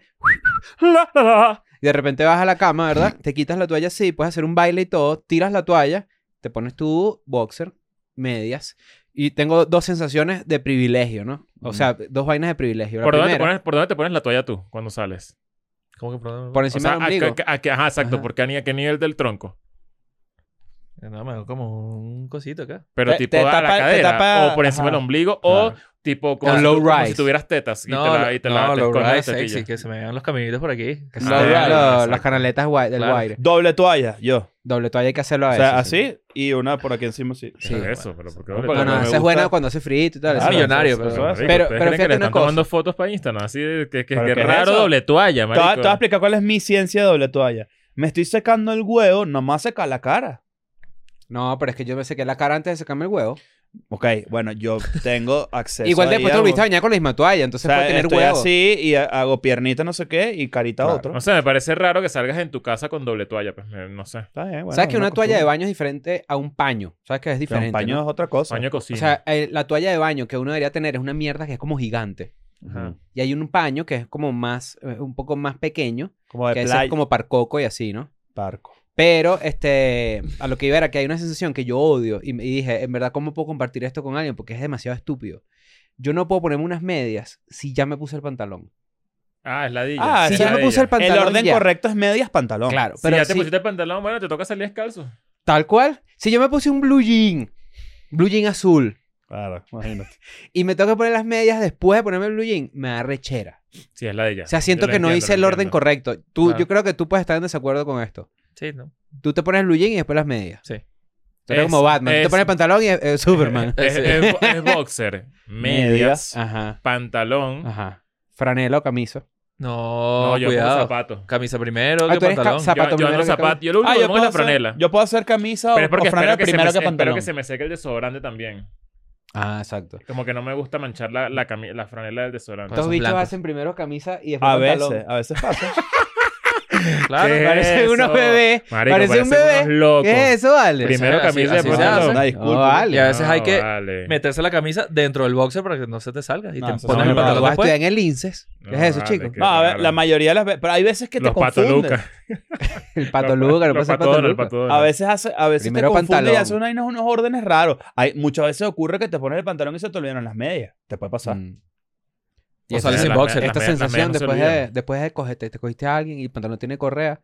Speaker 2: la, la, la, Y de repente vas a la cama, ¿verdad? Te quitas la toalla así, puedes hacer un baile y todo. Tiras la toalla, te pones tu boxer, medias. Y tengo dos sensaciones de privilegio, ¿no? O
Speaker 3: Mm.
Speaker 2: sea, dos vainas de privilegio. La
Speaker 1: ¿Por dónde, te
Speaker 2: primera,
Speaker 1: pones, ¿Por dónde te pones la toalla tú cuando sales?
Speaker 4: ¿Cómo que pues. problema?
Speaker 2: Por
Speaker 1: O
Speaker 2: encima
Speaker 1: sea,
Speaker 2: del
Speaker 1: a-
Speaker 2: ombligo.
Speaker 1: a- a- que- ajá, exacto.
Speaker 2: Ajá.
Speaker 1: Porque a, ni- a qué nivel del tronco.
Speaker 4: No, me hago como un cosito acá.
Speaker 1: Pero
Speaker 3: Te-
Speaker 1: tipo
Speaker 3: te
Speaker 1: a la
Speaker 3: tapa- te
Speaker 1: cadera.
Speaker 3: tapa-
Speaker 1: o por encima
Speaker 3: ajá.
Speaker 1: del ombligo. O
Speaker 3: Claro.
Speaker 1: tipo como,
Speaker 2: Ah,
Speaker 1: si,
Speaker 2: low
Speaker 1: tú- como
Speaker 2: rise.
Speaker 1: si tuvieras tetas. Y
Speaker 4: no,
Speaker 1: te
Speaker 4: lo-
Speaker 1: la, y te la,
Speaker 4: no,
Speaker 1: te
Speaker 4: lo
Speaker 1: colgas de
Speaker 4: es sexy,
Speaker 1: tetilla.
Speaker 4: que se me vean los caminitos por aquí.
Speaker 2: que
Speaker 1: Ah,
Speaker 2: son los-
Speaker 1: claro,
Speaker 2: los-
Speaker 1: exacto.
Speaker 2: las canaletas guay- del
Speaker 4: Claro.
Speaker 2: wire.
Speaker 3: Doble toalla, yo.
Speaker 2: Doble toalla hay que hacerlo a
Speaker 3: O
Speaker 2: veces.
Speaker 3: sea,
Speaker 2: Ah, sí.
Speaker 3: así y una por aquí encima, sí.
Speaker 1: ¿Qué
Speaker 2: Sí.
Speaker 1: es eso? Pero ¿por qué no le
Speaker 2: No,
Speaker 3: porque
Speaker 2: pues,
Speaker 1: pones-
Speaker 2: no,
Speaker 3: me
Speaker 2: esa es
Speaker 3: gusta-
Speaker 2: buena cuando hace frito y tal.
Speaker 4: Es
Speaker 2: eso-
Speaker 3: Claro,
Speaker 4: millonario,
Speaker 3: eso-
Speaker 4: pero-
Speaker 3: eso es.
Speaker 1: Marico,
Speaker 2: Ah, Pero-
Speaker 1: ¿ustedes
Speaker 2: pero
Speaker 1: creen que
Speaker 2: fíjate
Speaker 1: le
Speaker 2: una
Speaker 1: están
Speaker 2: cosa.
Speaker 1: tomando fotos para Instagram. Así de que, que-
Speaker 3: ¿Pero
Speaker 1: que
Speaker 3: qué es
Speaker 1: raro
Speaker 3: eso?
Speaker 1: doble toalla,
Speaker 3: Te voy a-
Speaker 1: marico.
Speaker 3: te voy a explicar cuál es mi ciencia de doble toalla. Me estoy secando el huevo, nomás seca la cara.
Speaker 2: No, pero es que yo me sequé la cara antes de sacarme el huevo.
Speaker 3: Ok, bueno, yo tengo acceso
Speaker 2: Igual
Speaker 3: ahí
Speaker 2: después
Speaker 3: a-
Speaker 2: te volviste a bañar con la misma toalla,
Speaker 3: O
Speaker 2: entonces
Speaker 3: sea,
Speaker 2: puede tener
Speaker 3: estoy
Speaker 2: huevo.
Speaker 3: así y ha- hago piernita no sé qué y carita
Speaker 2: Claro.
Speaker 3: otro.
Speaker 1: No sé, me parece raro que salgas en tu casa con doble toalla. Pues me- no sé.
Speaker 3: Está bien, bueno,
Speaker 2: ¿Sabes que una toalla de
Speaker 3: costumbre.
Speaker 2: baño es diferente a un paño? ¿Sabes que es
Speaker 3: O sea,
Speaker 2: diferente?
Speaker 3: Un paño
Speaker 2: no?
Speaker 3: es otra cosa.
Speaker 1: Baño de
Speaker 2: O
Speaker 1: cocina.
Speaker 2: sea, eh, la toalla de baño que uno debería tener es una mierda que es como gigante.
Speaker 3: Ajá.
Speaker 2: Y hay un paño que es como más, eh, un poco más pequeño,
Speaker 3: Como de
Speaker 2: que ese
Speaker 3: playa.
Speaker 2: es como parcoco y así, ¿no?
Speaker 3: Parco.
Speaker 2: Pero, este, a lo que iba era que hay una sensación que yo odio. Y, me- y dije, en verdad, ¿cómo puedo compartir esto con alguien? Porque es demasiado estúpido. Yo no puedo ponerme unas medias si ya me puse el pantalón.
Speaker 1: ah, es ladilla.
Speaker 3: Ah,
Speaker 1: Es
Speaker 2: si
Speaker 3: esa
Speaker 2: ya me
Speaker 1: ladilla.
Speaker 2: puse el
Speaker 3: El
Speaker 2: pantalón.
Speaker 3: orden
Speaker 2: ya.
Speaker 3: correcto es medias pantalón.
Speaker 2: Claro,
Speaker 1: Si
Speaker 2: pero
Speaker 1: ya te
Speaker 2: si-
Speaker 1: pusiste el pantalón, bueno, te toca salir descalzo.
Speaker 2: tal cual. Si yo me puse un blue jean, blue jean azul,
Speaker 3: Claro, imagínate.
Speaker 2: y me tengo que poner las medias después de ponerme el blue jean, me da rechera.
Speaker 1: Sí, es ladilla.
Speaker 2: O sea, siento que no hice el orden correcto. Tú,
Speaker 1: Claro.
Speaker 2: Yo creo que tú puedes estar en desacuerdo con esto.
Speaker 4: Sí, ¿no?
Speaker 2: Tú te pones el blue jean y después las medias.
Speaker 4: Sí.
Speaker 2: Tú eres
Speaker 1: Es-
Speaker 2: como Batman. Tú
Speaker 1: es-
Speaker 2: te pones el pantalón y eh, Superman. Ah.
Speaker 1: Es, es- es boxer, medias,
Speaker 3: Medias.
Speaker 2: Ajá,
Speaker 1: pantalón.
Speaker 2: ajá. Franela o camisa.
Speaker 4: No,
Speaker 1: No, yo pongo
Speaker 4: cuidado.
Speaker 1: zapato.
Speaker 4: Camisa primero,
Speaker 2: Ah,
Speaker 4: que
Speaker 2: tú eres ca-
Speaker 4: pantalón.
Speaker 1: Yo-
Speaker 2: Zapato
Speaker 1: yo, ando
Speaker 2: primero que
Speaker 1: zapato.
Speaker 2: camisa.
Speaker 1: Yo lo único
Speaker 3: Ah,
Speaker 1: que
Speaker 3: yo
Speaker 1: pongo es la
Speaker 3: puedo hacer-
Speaker 1: franela.
Speaker 3: Yo puedo hacer camisa
Speaker 1: Pero es
Speaker 3: o,
Speaker 1: porque
Speaker 3: o franela
Speaker 1: espero que,
Speaker 3: primero
Speaker 1: se me,
Speaker 3: que
Speaker 1: espero
Speaker 3: pantalón.
Speaker 1: que se me seque el desodorante también.
Speaker 2: Ah, exacto.
Speaker 1: Como que no me gusta manchar la, la, cami- la franela del desodorante.
Speaker 4: Entonces,
Speaker 2: Estos
Speaker 4: son
Speaker 2: bichos
Speaker 4: blancos.
Speaker 2: hacen primero camisa y después
Speaker 3: A
Speaker 2: pantalón.
Speaker 3: veces, a veces pasa.
Speaker 4: Claro.
Speaker 1: ¿Qué
Speaker 2: parecen
Speaker 1: eso?
Speaker 2: unos bebés,
Speaker 1: Marico, parecen
Speaker 2: parecen bebés.
Speaker 1: unos locos.
Speaker 2: ¿Qué es eso, vale?
Speaker 1: Primero
Speaker 4: Así-
Speaker 1: camisa
Speaker 4: así
Speaker 1: y después
Speaker 4: se hace.
Speaker 1: pantalón.
Speaker 3: Una
Speaker 2: No,
Speaker 3: disculpa.
Speaker 4: Y a
Speaker 2: vale.
Speaker 4: veces hay que
Speaker 1: vale.
Speaker 4: Meterse la camisa dentro del boxer para que no se te salga. Y
Speaker 3: No,
Speaker 4: te
Speaker 3: eso
Speaker 4: pones
Speaker 3: no
Speaker 4: el
Speaker 2: Pero
Speaker 3: es verdad.
Speaker 4: pantalón
Speaker 2: vas a estudiar
Speaker 4: después.
Speaker 2: en el INSES. ¿Qué
Speaker 1: No,
Speaker 2: es eso,
Speaker 1: vale,
Speaker 2: chicos?
Speaker 1: qué
Speaker 3: No, a ver,
Speaker 1: raro.
Speaker 3: la mayoría de las veces. Pero hay veces que
Speaker 1: Los
Speaker 3: te confundes.
Speaker 1: patolucas.
Speaker 2: El pato Luca, no puede
Speaker 1: Los patolucas,
Speaker 2: ser pato
Speaker 1: los
Speaker 2: Luca.
Speaker 1: patolucas.
Speaker 3: A veces, hace, a veces
Speaker 2: Primero
Speaker 3: te confunde
Speaker 2: pantalón.
Speaker 3: y hace unas- unos, órdenes raros. Hay, muchas veces ocurre que te pones el pantalón y se te olvidaron las medias. Te puede pasar.
Speaker 2: Mm.
Speaker 4: O
Speaker 2: esa-
Speaker 4: sales sin
Speaker 1: Las
Speaker 4: boxer.
Speaker 1: medias-
Speaker 2: esta
Speaker 1: las medias no
Speaker 2: sensación
Speaker 1: se
Speaker 2: después, de,
Speaker 1: olvidan.
Speaker 2: después de cogerte, te cogiste a alguien y el pantalón tiene correa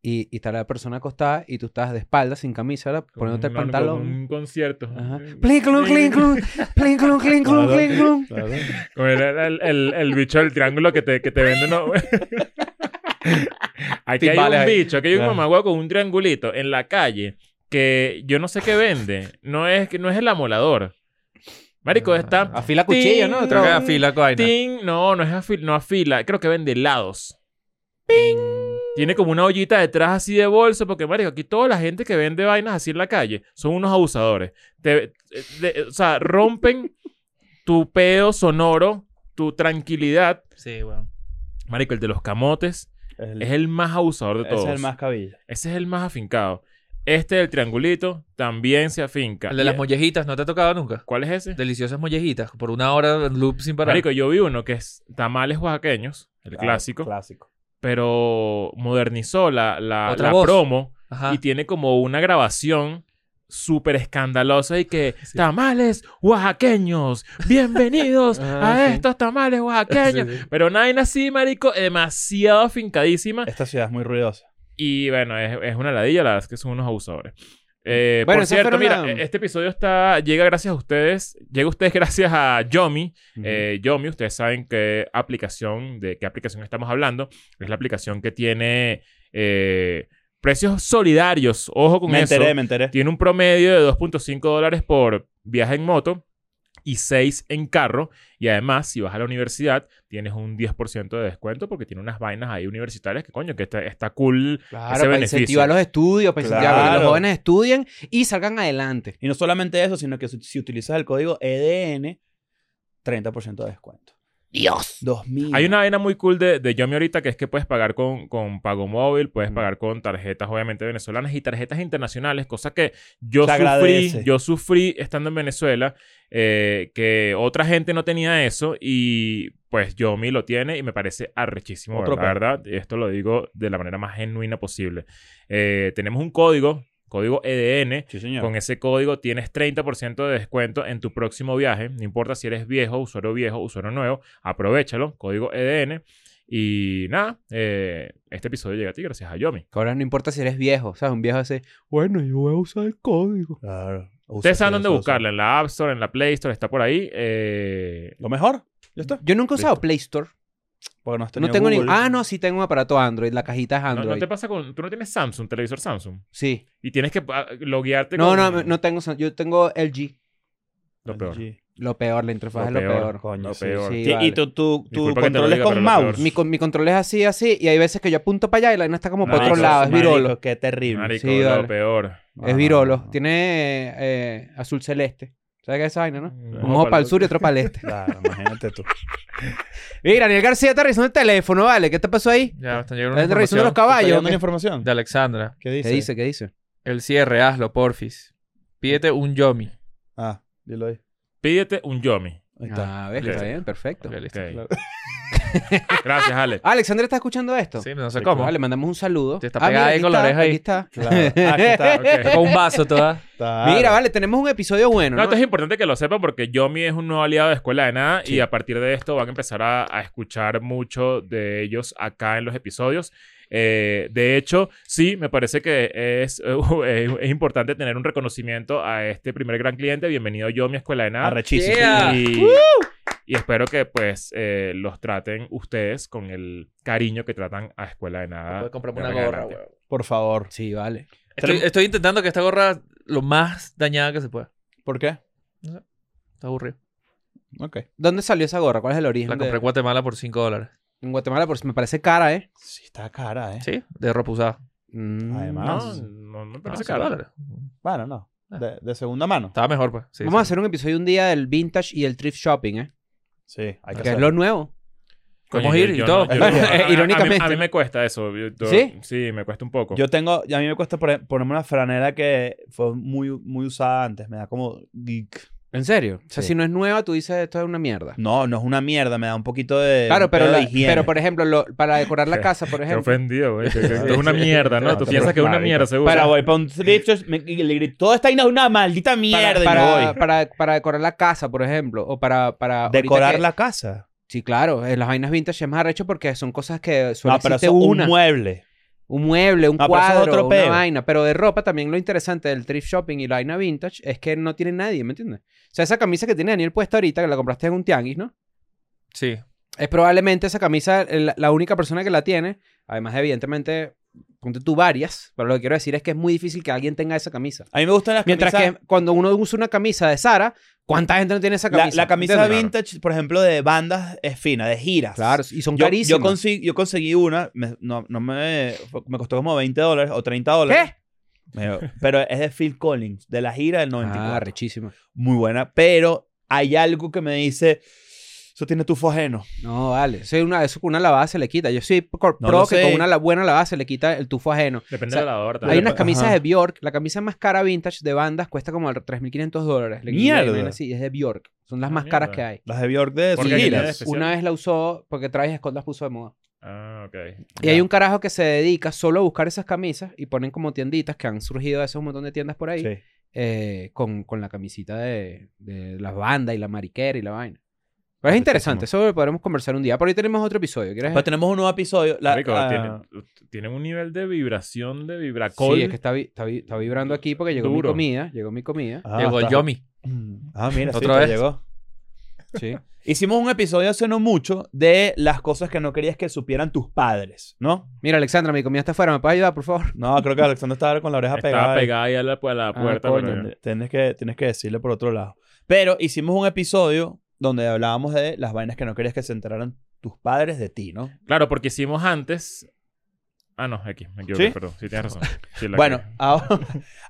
Speaker 2: y, y está la persona acostada y tú estás de espalda sin camisa, ¿verdad?
Speaker 1: Como
Speaker 2: poniéndote el
Speaker 1: un- como
Speaker 2: pantalón.
Speaker 1: Un concierto.
Speaker 2: Ajá. Pues Plin, clun, clin, clun. Plin, clun, clin, clun, clin, clun.
Speaker 1: Como el, el, el- el bicho del triángulo que te, que te vende uno. aquí hay
Speaker 4: Timbales
Speaker 1: un
Speaker 4: ahí.
Speaker 1: bicho, aquí hay un
Speaker 3: Claro.
Speaker 1: mamagüeo con un triangulito en la calle que yo no sé qué vende. No es, no es el amolador. Marico, está.
Speaker 4: Ah,
Speaker 2: Afila cuchillo, ¿no?
Speaker 1: Ting,
Speaker 4: Creo
Speaker 2: Otro-
Speaker 4: que afila con vaina.
Speaker 1: Ting. No, no es afila, no afila. Creo que vende helados. Tiene como una ollita detrás así de bolso, porque, marico, aquí toda la gente que vende vainas así en la calle son unos abusadores. Te- eh, de- o sea, rompen tu pedo sonoro, tu tranquilidad.
Speaker 4: Sí, bueno.
Speaker 1: Marico, el de los camotes
Speaker 3: El-
Speaker 1: es el más abusador de
Speaker 3: ese
Speaker 1: todos.
Speaker 3: es el más cabilla.
Speaker 1: Ese es el más afincado. Este del triangulito también se afinca.
Speaker 4: El
Speaker 1: Ah,
Speaker 4: de
Speaker 1: Y- eh,
Speaker 4: las mollejitas, ¿no te ha tocado nunca?
Speaker 1: ¿Cuál es ese?
Speaker 4: Deliciosas mollejitas. Por una hora en loop sin parar.
Speaker 1: Marico, yo vi uno que es tamales oaxaqueños, el
Speaker 3: Ah,
Speaker 1: clásico,
Speaker 3: Clásico.
Speaker 1: pero modernizó la, la,
Speaker 4: Otra
Speaker 1: la
Speaker 4: voz.
Speaker 1: promo
Speaker 4: Ajá.
Speaker 1: y tiene como una grabación súper escandalosos y que tamales oaxaqueños, bienvenidos
Speaker 2: Ah,
Speaker 1: a
Speaker 2: sí.
Speaker 1: estos tamales oaxaqueños. Pero una vaina así, marico, demasiado fincadísima.
Speaker 3: Esta ciudad es muy ruidosa.
Speaker 1: Y bueno, es, es una ladilla, la verdad es que son unos abusadores. Eh,
Speaker 2: Bueno,
Speaker 1: por
Speaker 2: esa
Speaker 1: cierto,
Speaker 2: fueron
Speaker 1: mira,
Speaker 2: la-
Speaker 1: este episodio está llega gracias a ustedes, llega a ustedes gracias a Yomi.
Speaker 3: Mm.
Speaker 1: Eh, Yomi, ustedes saben qué aplicación, de qué aplicación estamos hablando. Es la aplicación que tiene eh, precios solidarios. Ojo con
Speaker 3: me
Speaker 1: eso.
Speaker 3: enteré, me enteré.
Speaker 1: Tiene un promedio de 2.5 dólares por viaje en moto y 6 en carro. Y además, si vas a la universidad, tienes un 10% de descuento porque tiene unas vainas ahí universitarias que, coño, que está, está cool.
Speaker 2: Claro,
Speaker 1: ese
Speaker 2: para
Speaker 1: beneficio.
Speaker 2: incentivar los estudios, para incentivar que
Speaker 3: Claro.
Speaker 2: los jóvenes estudien y salgan adelante.
Speaker 3: Y no solamente eso, sino que si, si utilizas el código E EDN, 30% de descuento.
Speaker 2: ¡Dios!
Speaker 3: 2000.
Speaker 1: Hay una vaina muy cool de, de Yomi ahorita que es que puedes pagar con, con pago móvil, puedes
Speaker 3: Mm.
Speaker 1: pagar con tarjetas, obviamente, venezolanas y tarjetas internacionales, cosa que yo
Speaker 3: Se
Speaker 1: sufrí,
Speaker 3: agradece.
Speaker 1: yo sufrí estando en Venezuela, eh, que otra gente no tenía eso y pues Yomi lo tiene y me parece arrechísimo,
Speaker 3: Otro
Speaker 1: la verdad. Y Esto lo digo de la manera más genuina posible. Eh, tenemos un código, código E EDN,
Speaker 3: Sí, señor.
Speaker 1: con ese código tienes 30% de descuento en tu próximo viaje. No importa si eres viejo, usuario viejo, usuario nuevo. Aprovechalo. Código EDN. Y nada, eh, este episodio llega a ti gracias a Yomi.
Speaker 2: Que ahora no importa si eres viejo, ¿sabes? Un viejo así, bueno, yo voy a usar el código.
Speaker 3: Claro.
Speaker 1: Ustedes saben
Speaker 3: Usa,
Speaker 1: dónde
Speaker 3: usa, usa.
Speaker 1: buscarla. En la App Store, en la Play Store. Está por ahí. Eh,
Speaker 3: Lo mejor. Ya está.
Speaker 2: Yo nunca he usado Play Store.
Speaker 3: Porque no, has
Speaker 2: No
Speaker 3: tenido
Speaker 2: tengo ni...
Speaker 3: Google.
Speaker 2: Ah, no, sí tengo un aparato Android. La cajita es
Speaker 1: no,
Speaker 2: Android.
Speaker 1: no te pasa con... Tú no tienes Samsung, televisor Samsung.
Speaker 2: Sí.
Speaker 1: Y tienes que ah, loguearte
Speaker 2: No,
Speaker 1: con...
Speaker 2: no, no tengo... Sam- Yo tengo LG.
Speaker 1: Lo peor.
Speaker 3: Sí,
Speaker 2: Lo peor, la interfaz
Speaker 1: Lo
Speaker 2: es lo
Speaker 1: peor.
Speaker 2: peor.
Speaker 3: Coño,
Speaker 1: Lo
Speaker 3: sí,
Speaker 1: peor.
Speaker 3: sí.
Speaker 2: Sí, vale.
Speaker 3: Y tu, tu, tu
Speaker 1: Disculpa que te lo
Speaker 3: control es
Speaker 1: diga,
Speaker 3: con
Speaker 1: pero lo peor.
Speaker 3: mouse.
Speaker 2: Pues Mi, con- mi control es así, así, y hay veces que yo apunto para allá y la vaina está como
Speaker 4: Ah,
Speaker 2: para
Speaker 1: Marico,
Speaker 2: otro lado, es
Speaker 1: marico.
Speaker 2: virolo.
Speaker 3: Qué terrible.
Speaker 1: Marico, Ah,
Speaker 2: Sí,
Speaker 1: lo
Speaker 2: vale.
Speaker 1: peor.
Speaker 2: Es virolo. Tiene eh, azul celeste. ¿Sabes qué es esa vaina, no?
Speaker 1: Un
Speaker 2: Un ojo para el sur y otro para el este.
Speaker 3: Claro, imagínate
Speaker 2: Ah,
Speaker 3: tú.
Speaker 2: Mira, Daniel García está revisando el teléfono, ¿vale? ¿Qué te pasó ahí?
Speaker 4: Ya, están llegando
Speaker 2: ¿Estás
Speaker 4: una
Speaker 2: revisando los
Speaker 4: información
Speaker 3: ¿Está
Speaker 2: caballos?
Speaker 3: llegando
Speaker 2: o
Speaker 3: la
Speaker 2: qué?
Speaker 3: información?
Speaker 4: de Alexandra.
Speaker 3: ¿Qué dice?
Speaker 2: ¿Qué dice? ¿Qué dice?
Speaker 4: El cierre, hazlo, porfis. Pídete un yomi.
Speaker 3: Ah, dilo ahí.
Speaker 1: Pídete un Yomi.
Speaker 3: Ahí está.
Speaker 2: Ah, ves, está
Speaker 1: Listo.
Speaker 2: bien, perfecto.
Speaker 4: Ok, listo.
Speaker 1: Ok.
Speaker 3: claro.
Speaker 1: Gracias, Ale.
Speaker 2: Ah, Alexandra está escuchando esto.
Speaker 4: Sí, no sé
Speaker 1: Sí,
Speaker 4: cómo.
Speaker 2: Vale, le mandamos un saludo.
Speaker 4: Te está
Speaker 2: Ah, mira,
Speaker 4: pegada ahí
Speaker 2: aquí
Speaker 4: con la
Speaker 2: está,
Speaker 4: oreja ahí.
Speaker 2: Aquí está.
Speaker 3: Claro. Ah, aquí está.
Speaker 1: Ok.
Speaker 4: Con un vaso toda.
Speaker 3: Claro.
Speaker 2: Mira, vale, tenemos un episodio bueno.
Speaker 1: No,
Speaker 2: ¿no?
Speaker 1: esto es importante que lo sepan porque Yomi es un nuevo aliado de Escuela de Nada
Speaker 3: Sí.
Speaker 1: y a partir de esto van a empezar a, a escuchar mucho de ellos acá en los episodios. Eh, de hecho, sí, me parece que es, eh, es importante tener un reconocimiento a este primer gran cliente. Bienvenido Yomi a Escuela de Nada.
Speaker 3: Arrechísimo.
Speaker 4: Yeah.
Speaker 1: Y, y espero que pues eh, los traten ustedes con el cariño que tratan a Escuela de Nada.
Speaker 4: Voy a comprarme
Speaker 1: de
Speaker 4: una
Speaker 1: ahora en
Speaker 4: gorra,
Speaker 1: adelante.
Speaker 4: weón.
Speaker 3: Por favor.
Speaker 2: Sí, vale.
Speaker 4: Estoy,
Speaker 3: Tenemos-
Speaker 4: estoy intentando que esta gorra lo más dañada que se pueda.
Speaker 3: ¿Por qué?
Speaker 4: Está aburrido.
Speaker 3: Ok.
Speaker 2: ¿Dónde salió esa gorra? ¿Cuál es el origen?
Speaker 4: La
Speaker 2: de-
Speaker 4: compré en Guatemala por 5 dólares.
Speaker 2: En Guatemala, por si me parece cara, ¿eh?
Speaker 3: Sí, está cara, ¿eh?
Speaker 4: Sí, de ropa usada.
Speaker 2: Mm.
Speaker 3: Además.
Speaker 1: No,
Speaker 3: Más.
Speaker 1: no, no me
Speaker 4: Ah,
Speaker 1: parece
Speaker 4: cinco
Speaker 1: caro.
Speaker 4: dólares.
Speaker 3: Bueno, no.
Speaker 2: Ah.
Speaker 3: De, de segunda mano.
Speaker 4: Estaba mejor, pues. Sí,
Speaker 2: Vamos a
Speaker 4: sí.
Speaker 2: hacer un episodio un día del vintage y el thrift shopping, ¿eh?
Speaker 3: Sí, hay que
Speaker 2: Que es
Speaker 3: hacerlo.
Speaker 2: lo nuevo.
Speaker 4: Podemos
Speaker 1: Coño,
Speaker 4: ir
Speaker 1: yo-
Speaker 4: y
Speaker 1: yo
Speaker 4: todo.
Speaker 1: no- yo no- a- a- a mí-
Speaker 2: Irónicamente.
Speaker 1: A mí, me cuesta eso. yo- yo-
Speaker 2: ¿Sí?
Speaker 1: Sí, me cuesta un poco.
Speaker 3: Yo tengo, a mí me cuesta pone- ponerme una franela que fue muy, muy usada antes, me da como geek.
Speaker 2: ¿En serio? O sea,
Speaker 3: Sí.
Speaker 2: si no es nueva, tú dices esto es una mierda.
Speaker 3: No, no es una mierda, me da un poquito Mm, de.
Speaker 2: claro,
Speaker 3: un
Speaker 2: pero,
Speaker 3: pedo de
Speaker 2: la-
Speaker 3: higiene.
Speaker 2: pero por ejemplo, lo- para decorar la casa, por
Speaker 1: Qué
Speaker 2: ejemplo.
Speaker 1: ofendido, güey. que- que Esto es una mierda, ¿no?
Speaker 3: No,
Speaker 1: Tú
Speaker 3: te
Speaker 1: piensas que es una
Speaker 3: preocupes,
Speaker 1: mierda, seguro.
Speaker 3: Pero voy para un thrift shop, me- y le grito, todo está ahí, no es una maldita
Speaker 2: Para,
Speaker 3: mierda, y me
Speaker 2: para,
Speaker 3: voy.
Speaker 2: para- para decorar la casa, por ejemplo. O para. para ahorita
Speaker 3: Decorar
Speaker 2: que-
Speaker 3: la casa.
Speaker 2: Sí, claro. eh, Las vainas vintage es más arrecho porque son cosas que solo
Speaker 3: No, Ah, pero
Speaker 2: existe
Speaker 3: eso,
Speaker 2: una. Un,
Speaker 3: un mueble.
Speaker 2: mueble, un
Speaker 3: No, pero eso es
Speaker 2: cuadro,
Speaker 3: otro
Speaker 2: una
Speaker 3: peo.
Speaker 2: vaina. Pero de ropa también lo interesante del thrift shopping y la vaina vintage es que no tiene nadie, ¿me entiendes? O sea, esa camisa que tiene Daniel puesta ahorita, que la compraste en un tianguis, ¿no?
Speaker 4: Sí.
Speaker 2: Es probablemente esa camisa eh, la, la única persona que la tiene. Además, evidentemente, ponte tú varias. Pero lo que quiero decir es que es muy difícil que alguien tenga esa camisa.
Speaker 3: A mí me gustan las
Speaker 2: Mientras
Speaker 3: camisas.
Speaker 2: que cuando uno usa una camisa de Sara, ¿cuánta gente no tiene esa
Speaker 3: la,
Speaker 2: camisa?
Speaker 3: la camisa
Speaker 2: ¿Entiendes?
Speaker 3: vintage, por ejemplo, de bandas es fina, de giras.
Speaker 2: Claro, y son
Speaker 3: Yo,
Speaker 2: carísimas.
Speaker 3: yo, consi- yo conseguí una, me- no, no me, fue- me costó como 20 dólares o 30 dólares.
Speaker 2: ¿Qué?
Speaker 3: Me- pero es de Phil Collins, de la gira del 94.
Speaker 2: Ah, rechísima.
Speaker 3: Muy buena, pero hay algo que me dice, eso tiene tufo ajeno.
Speaker 2: No, vale. Eso, es una, eso con una lavada se le quita. Yo soy pro
Speaker 3: No lo
Speaker 2: que con
Speaker 3: sé.
Speaker 2: una la- buena lavada se le quita el tufo ajeno.
Speaker 1: Depende
Speaker 2: o sea,
Speaker 1: de la hora.
Speaker 2: Hay unas
Speaker 3: Ajá.
Speaker 2: camisas de Bjork. La camisa más cara vintage de bandas cuesta como al- 3.500 dólares. Le-
Speaker 3: Mierda.
Speaker 2: le- le- le- Sí, es de Bjork. Son las
Speaker 1: Ah,
Speaker 2: más
Speaker 1: mierda.
Speaker 2: caras que hay.
Speaker 3: Las de Bjork de
Speaker 1: Porque
Speaker 3: sus
Speaker 1: aquí
Speaker 3: giras.
Speaker 1: tiene especial.
Speaker 2: Una vez la usó porque Travis Scott las puso de moda.
Speaker 1: Ah, ok.
Speaker 2: Y hay un carajo que se dedica solo a buscar esas camisas y ponen como tienditas que han surgido de esos un montón de tiendas por ahí.
Speaker 3: Sí.
Speaker 2: eh, con, con la camisita de, de la banda y la mariquera y la vaina. Pero es
Speaker 3: Perfectísimo.
Speaker 2: interesante, eso lo podremos conversar un día. Por ahí tenemos otro episodio. ¿Quieres?
Speaker 3: Pero tenemos un nuevo episodio. la-
Speaker 1: Marico,
Speaker 3: ah,
Speaker 1: tienen, tienen un nivel de vibración, de vibracol.
Speaker 2: Sí, es que está, vi- está, vi- está vibrando aquí porque llegó mi
Speaker 1: Duro.
Speaker 2: comida. Llegó mi comida.
Speaker 3: ah,
Speaker 5: Llegó
Speaker 3: está-
Speaker 5: Yomi.
Speaker 3: Ah, mira, sí,
Speaker 5: Otra
Speaker 3: te
Speaker 5: vez.
Speaker 3: llegó.
Speaker 2: Sí.
Speaker 3: Hicimos un episodio hace no mucho de las cosas que no querías que supieran tus padres, ¿no?
Speaker 2: Mira, Alexandra, mi comida está afuera. ¿Me puedes ayudar, por favor?
Speaker 3: No, creo que Alexander estaba con la oreja
Speaker 1: Estaba
Speaker 3: pegada. ahí.
Speaker 1: pegada ahí a la, a la puerta.
Speaker 2: coño,
Speaker 1: pero-
Speaker 3: Ten- Tienes que, tienes que decirle por otro lado. Pero hicimos un episodio donde hablábamos de las vainas que no querías que se enteraran tus padres de ti, ¿no?
Speaker 1: Claro, porque hicimos antes. Ah, no, aquí, me equivoqué,
Speaker 3: ¿Sí?
Speaker 1: perdón. Sí, tienes razón. Sí, la
Speaker 3: Bueno,
Speaker 1: cagué.
Speaker 3: ahora,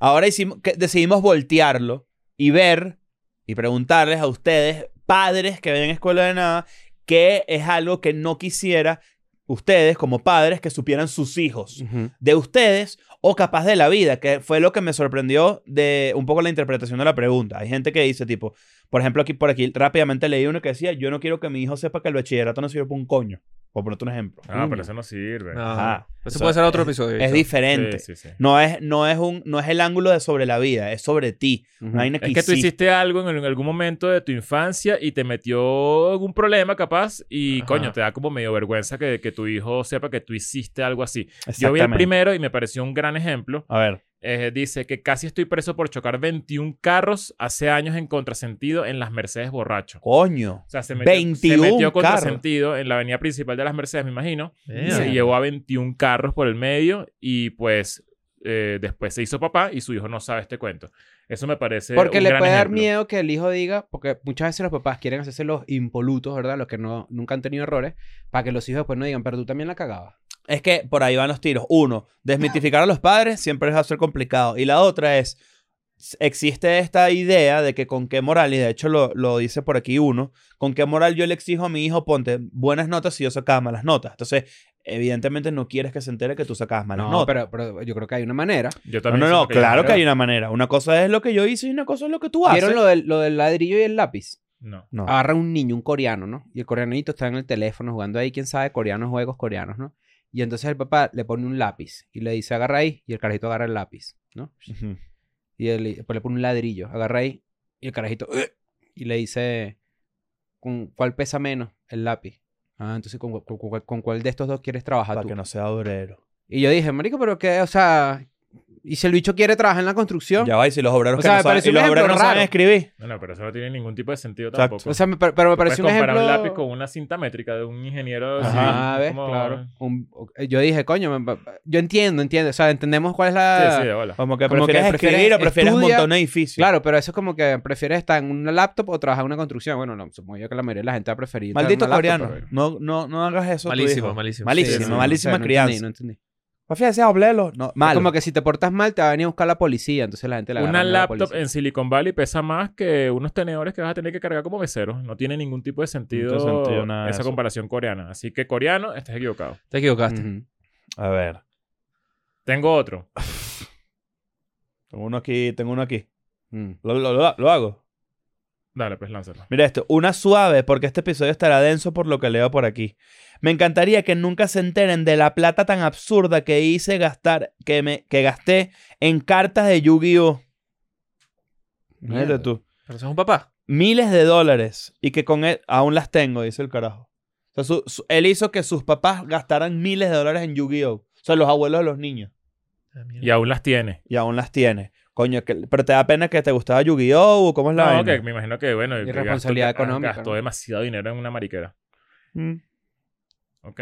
Speaker 3: ahora hicimos, que decidimos voltearlo y ver y preguntarles a ustedes, padres que ven escuela de nada, qué es algo que no quisiera ustedes como padres que supieran sus hijos de ustedes o capaz de la vida, que fue lo que me sorprendió de un poco la interpretación de la pregunta. Hay gente que dice tipo, por ejemplo, aquí por aquí rápidamente leí uno que decía, yo no quiero que mi hijo sepa que el bachillerato no sirve para un coño, por ponerte un ejemplo.
Speaker 1: Ah, pero eso no sirve.
Speaker 5: No.
Speaker 3: Ajá.
Speaker 5: Eso
Speaker 3: O sea,
Speaker 5: puede ser otro episodio.
Speaker 3: Es
Speaker 5: yo.
Speaker 3: diferente.
Speaker 1: Sí, sí, sí.
Speaker 3: No es, no es un, no es el ángulo de sobre la vida, es sobre ti. Una vaina que,
Speaker 1: Es que tú
Speaker 3: hiciste.
Speaker 1: hiciste algo en, en algún momento de tu infancia y te metió algún problema capaz y
Speaker 5: Ajá.
Speaker 1: coño, te da como medio vergüenza que, que tu hijo sepa que tú hiciste algo así. Yo vi el primero y me pareció un gran ejemplo.
Speaker 3: A ver.
Speaker 1: Eh, dice que casi estoy preso por chocar 21 carros hace años en contrasentido en las Mercedes borracho.
Speaker 3: Coño.
Speaker 1: O sea, se metió,
Speaker 3: 21
Speaker 1: se metió
Speaker 3: carros.
Speaker 1: contrasentido en la avenida principal de las Mercedes, me imagino.
Speaker 5: Damn.
Speaker 1: Se llevó a 21 carros por el medio y pues eh, después se hizo papá y su hijo no sabe este cuento. Eso me parece.
Speaker 2: Porque
Speaker 1: un
Speaker 2: le
Speaker 1: gran
Speaker 2: puede dar
Speaker 1: ejemplo.
Speaker 2: miedo que el hijo diga, porque muchas veces los papás quieren hacerse los impolutos, ¿verdad? Los que no, nunca han tenido errores, para que los hijos después no digan, pero tú también la cagabas.
Speaker 3: Es que por ahí van los tiros. Uno, desmitificar a los padres siempre va a ser complicado. Y la otra es, s- existe esta idea de que con qué moral, y de hecho lo, lo dice por aquí uno, con qué moral yo le exijo a mi hijo, ponte buenas notas si yo sacaba malas notas. Entonces, evidentemente no quieres que se entere que tú sacabas malas
Speaker 2: No,
Speaker 3: notas.
Speaker 2: pero, pero yo creo que hay una manera.
Speaker 1: Yo
Speaker 3: No,
Speaker 1: también
Speaker 3: no,
Speaker 1: siento
Speaker 3: no, claro
Speaker 1: yo-
Speaker 3: que hay una manera. Una cosa es lo que yo hice y una cosa es lo que tú haces.
Speaker 2: ¿Vieron lo del, lo del ladrillo y el lápiz?
Speaker 1: No.
Speaker 3: No.
Speaker 2: Agarra un niño, un coreano, ¿no? Y el coreanito está en el teléfono jugando ahí, quién sabe, coreanos, juegos coreanos, ¿no? Y entonces el papá le pone un lápiz y le dice, agarra ahí, y el carajito agarra el lápiz, ¿no?
Speaker 3: Ujú.
Speaker 2: Y él, después le pone un ladrillo, agarra ahí, y el carajito, "Ugh", y le dice, ¿con cuál pesa menos el lápiz? Ah, entonces, ¿con, cu- con, cuál- con cuál de estos dos quieres trabajar
Speaker 3: Para
Speaker 2: tú?
Speaker 3: que no sea obrero.
Speaker 2: Y yo dije, marico, pero que, o sea, ¿y si el bicho quiere trabajar en la construcción?
Speaker 3: Ya va, y si los
Speaker 2: O
Speaker 3: obreros, que
Speaker 2: sea, me
Speaker 3: no, saben,
Speaker 2: parece
Speaker 3: y
Speaker 2: un
Speaker 3: los
Speaker 2: ejemplo
Speaker 3: obreros no saben
Speaker 2: raro.
Speaker 3: escribir.
Speaker 1: No, no, pero eso no tiene ningún tipo de sentido
Speaker 3: Exacto.
Speaker 1: tampoco.
Speaker 2: O sea, me par- pero me
Speaker 1: Tú puedes
Speaker 2: parece un
Speaker 1: comparar
Speaker 2: ejemplo...
Speaker 1: un lápiz con una cinta métrica de un ingeniero.
Speaker 3: Ajá.
Speaker 1: civil,
Speaker 2: Ah, ves,
Speaker 1: como-
Speaker 2: claro. Un- yo dije, coño, me- yo entiendo, entiendo. O sea, entendemos cuál es la...
Speaker 1: Sí, sí, de bola.
Speaker 3: Como que
Speaker 2: Como que
Speaker 3: prefieres escribir
Speaker 2: prefieres
Speaker 3: o prefieres
Speaker 2: estudia-
Speaker 3: montar un edificio.
Speaker 2: Claro, pero eso es como que prefieres estar en una laptop o trabajar en una construcción. Bueno, no, supongo yo que la mayoría de la gente va a preferir. estar en
Speaker 3: Maldito
Speaker 2: una laptop,
Speaker 3: coreano.
Speaker 2: pero-
Speaker 3: pues, No, no, no hagas eso. a tu
Speaker 5: Malísimo,
Speaker 3: hijo.
Speaker 5: malísimo.
Speaker 3: Malísimo,
Speaker 2: Sí, sí,
Speaker 3: malísima
Speaker 2: o sea, no
Speaker 3: crianza.
Speaker 2: entendí, no entendí.
Speaker 3: Pues fíjate, oblelo. No,
Speaker 2: Es
Speaker 3: malo.
Speaker 2: como que si te portas mal, te va a venir a buscar la policía. Entonces la gente la agarra
Speaker 1: Una
Speaker 2: a la
Speaker 1: laptop eh,
Speaker 2: policía.
Speaker 1: en Silicon Valley pesa más que unos tenedores que vas a tener que cargar como meseros. No tiene ningún tipo de sentido,
Speaker 3: tiene sentido nada de
Speaker 1: esa
Speaker 3: eso.
Speaker 1: comparación coreana. Así que coreano, estás equivocado.
Speaker 5: Te equivocaste.
Speaker 2: Ujú.
Speaker 3: A ver.
Speaker 1: Tengo otro.
Speaker 3: Tengo uno aquí, tengo uno aquí.
Speaker 2: Mm.
Speaker 3: Lo, lo- lo- lo hago.
Speaker 1: Dale, pues lánzalo.
Speaker 3: Mira esto. Una suave, porque este episodio estará denso por lo que leo por aquí. Me encantaría que nunca se enteren de la plata tan absurda que hice gastar, que me, que gasté en cartas de Yu-Gi-Oh! Mira
Speaker 2: Mierda.
Speaker 3: tú.
Speaker 5: Pero eso es un papá.
Speaker 3: miles de dólares y que con él aún las tengo, dice el carajo. O sea, su- su- él hizo que sus papás gastaran miles de dólares en Yu-Gi-Oh! O sea, los abuelos de los niños.
Speaker 5: Ah, mierda.
Speaker 1: Y aún las tiene.
Speaker 3: Y aún las tiene. Coño, que- pero te da pena que te gustaba Yu-Gi-Oh! o ¿Cómo es la
Speaker 1: No,
Speaker 3: vaina?
Speaker 1: que me imagino que, bueno, que
Speaker 2: Irresponsabilidad
Speaker 1: gastó- que- ah,
Speaker 2: económica,
Speaker 1: Gastó
Speaker 2: ¿no?
Speaker 1: demasiado dinero en una mariquera.
Speaker 3: Mm.
Speaker 1: Ok.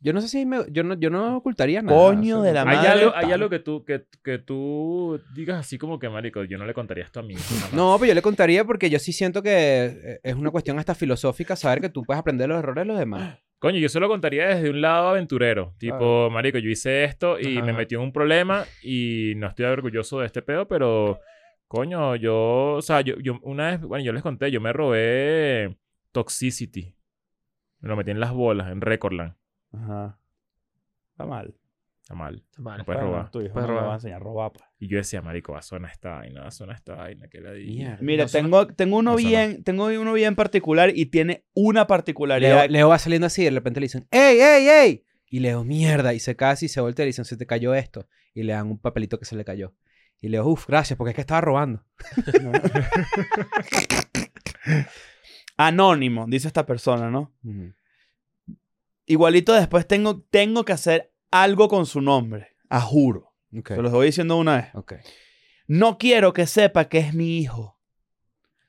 Speaker 2: Yo no sé si me- yo, no, yo no ocultaría nada.
Speaker 3: Coño de la
Speaker 2: no-
Speaker 3: madre.
Speaker 1: ¿Hay algo, hay
Speaker 3: tal.
Speaker 1: algo que, tú, que, que tú digas así como que, marico, yo no le contaría esto a mí.
Speaker 2: No, pero yo le contaría porque yo sí siento que eh, es una cuestión hasta filosófica saber que tú puedes aprender los errores de los demás.
Speaker 1: Coño, yo se lo contaría desde un lado aventurero. Tipo,
Speaker 2: Claro.
Speaker 1: marico, yo hice esto y
Speaker 5: Ajá,
Speaker 1: me
Speaker 5: ajá.
Speaker 1: metí en un problema y no estoy orgulloso de este pedo, pero coño, yo, o sea, yo, yo una vez, bueno, yo les conté, yo me robé Toxicity. Me lo metí en las bolas, en Recordland.
Speaker 3: Ajá. Está mal.
Speaker 1: Está mal.
Speaker 5: Está mal.
Speaker 1: No puedes
Speaker 3: Bueno,
Speaker 1: robar.
Speaker 3: tu hijo
Speaker 5: Puedes
Speaker 3: no le
Speaker 5: robar.
Speaker 3: va a enseñar a robar, pues.
Speaker 1: Y yo decía, marico, va a sonar esta vaina, va a sonar esta vaina, que la di.
Speaker 2: Mierda.
Speaker 3: Mira,
Speaker 5: No son-
Speaker 3: tengo, tengo uno
Speaker 1: no son-
Speaker 3: bien, tengo uno bien particular y tiene una
Speaker 2: Leo,
Speaker 3: particularidad.
Speaker 2: Leo va saliendo así y de repente le dicen, ¡Ey, ey, ey! Y Leo, mierda, y se casi se voltea y le dicen, se te cayó esto. Y le dan un papelito que se le cayó. Y le digo, uff, gracias, porque es que estaba robando.
Speaker 3: Anónimo, dice esta persona, ¿no?
Speaker 2: Mm.
Speaker 3: Igualito después tengo, tengo que hacer algo con su nombre. A juro.
Speaker 2: Ok.
Speaker 3: Se los voy diciendo una vez.
Speaker 2: Ok.
Speaker 3: No quiero que sepa que es mi hijo.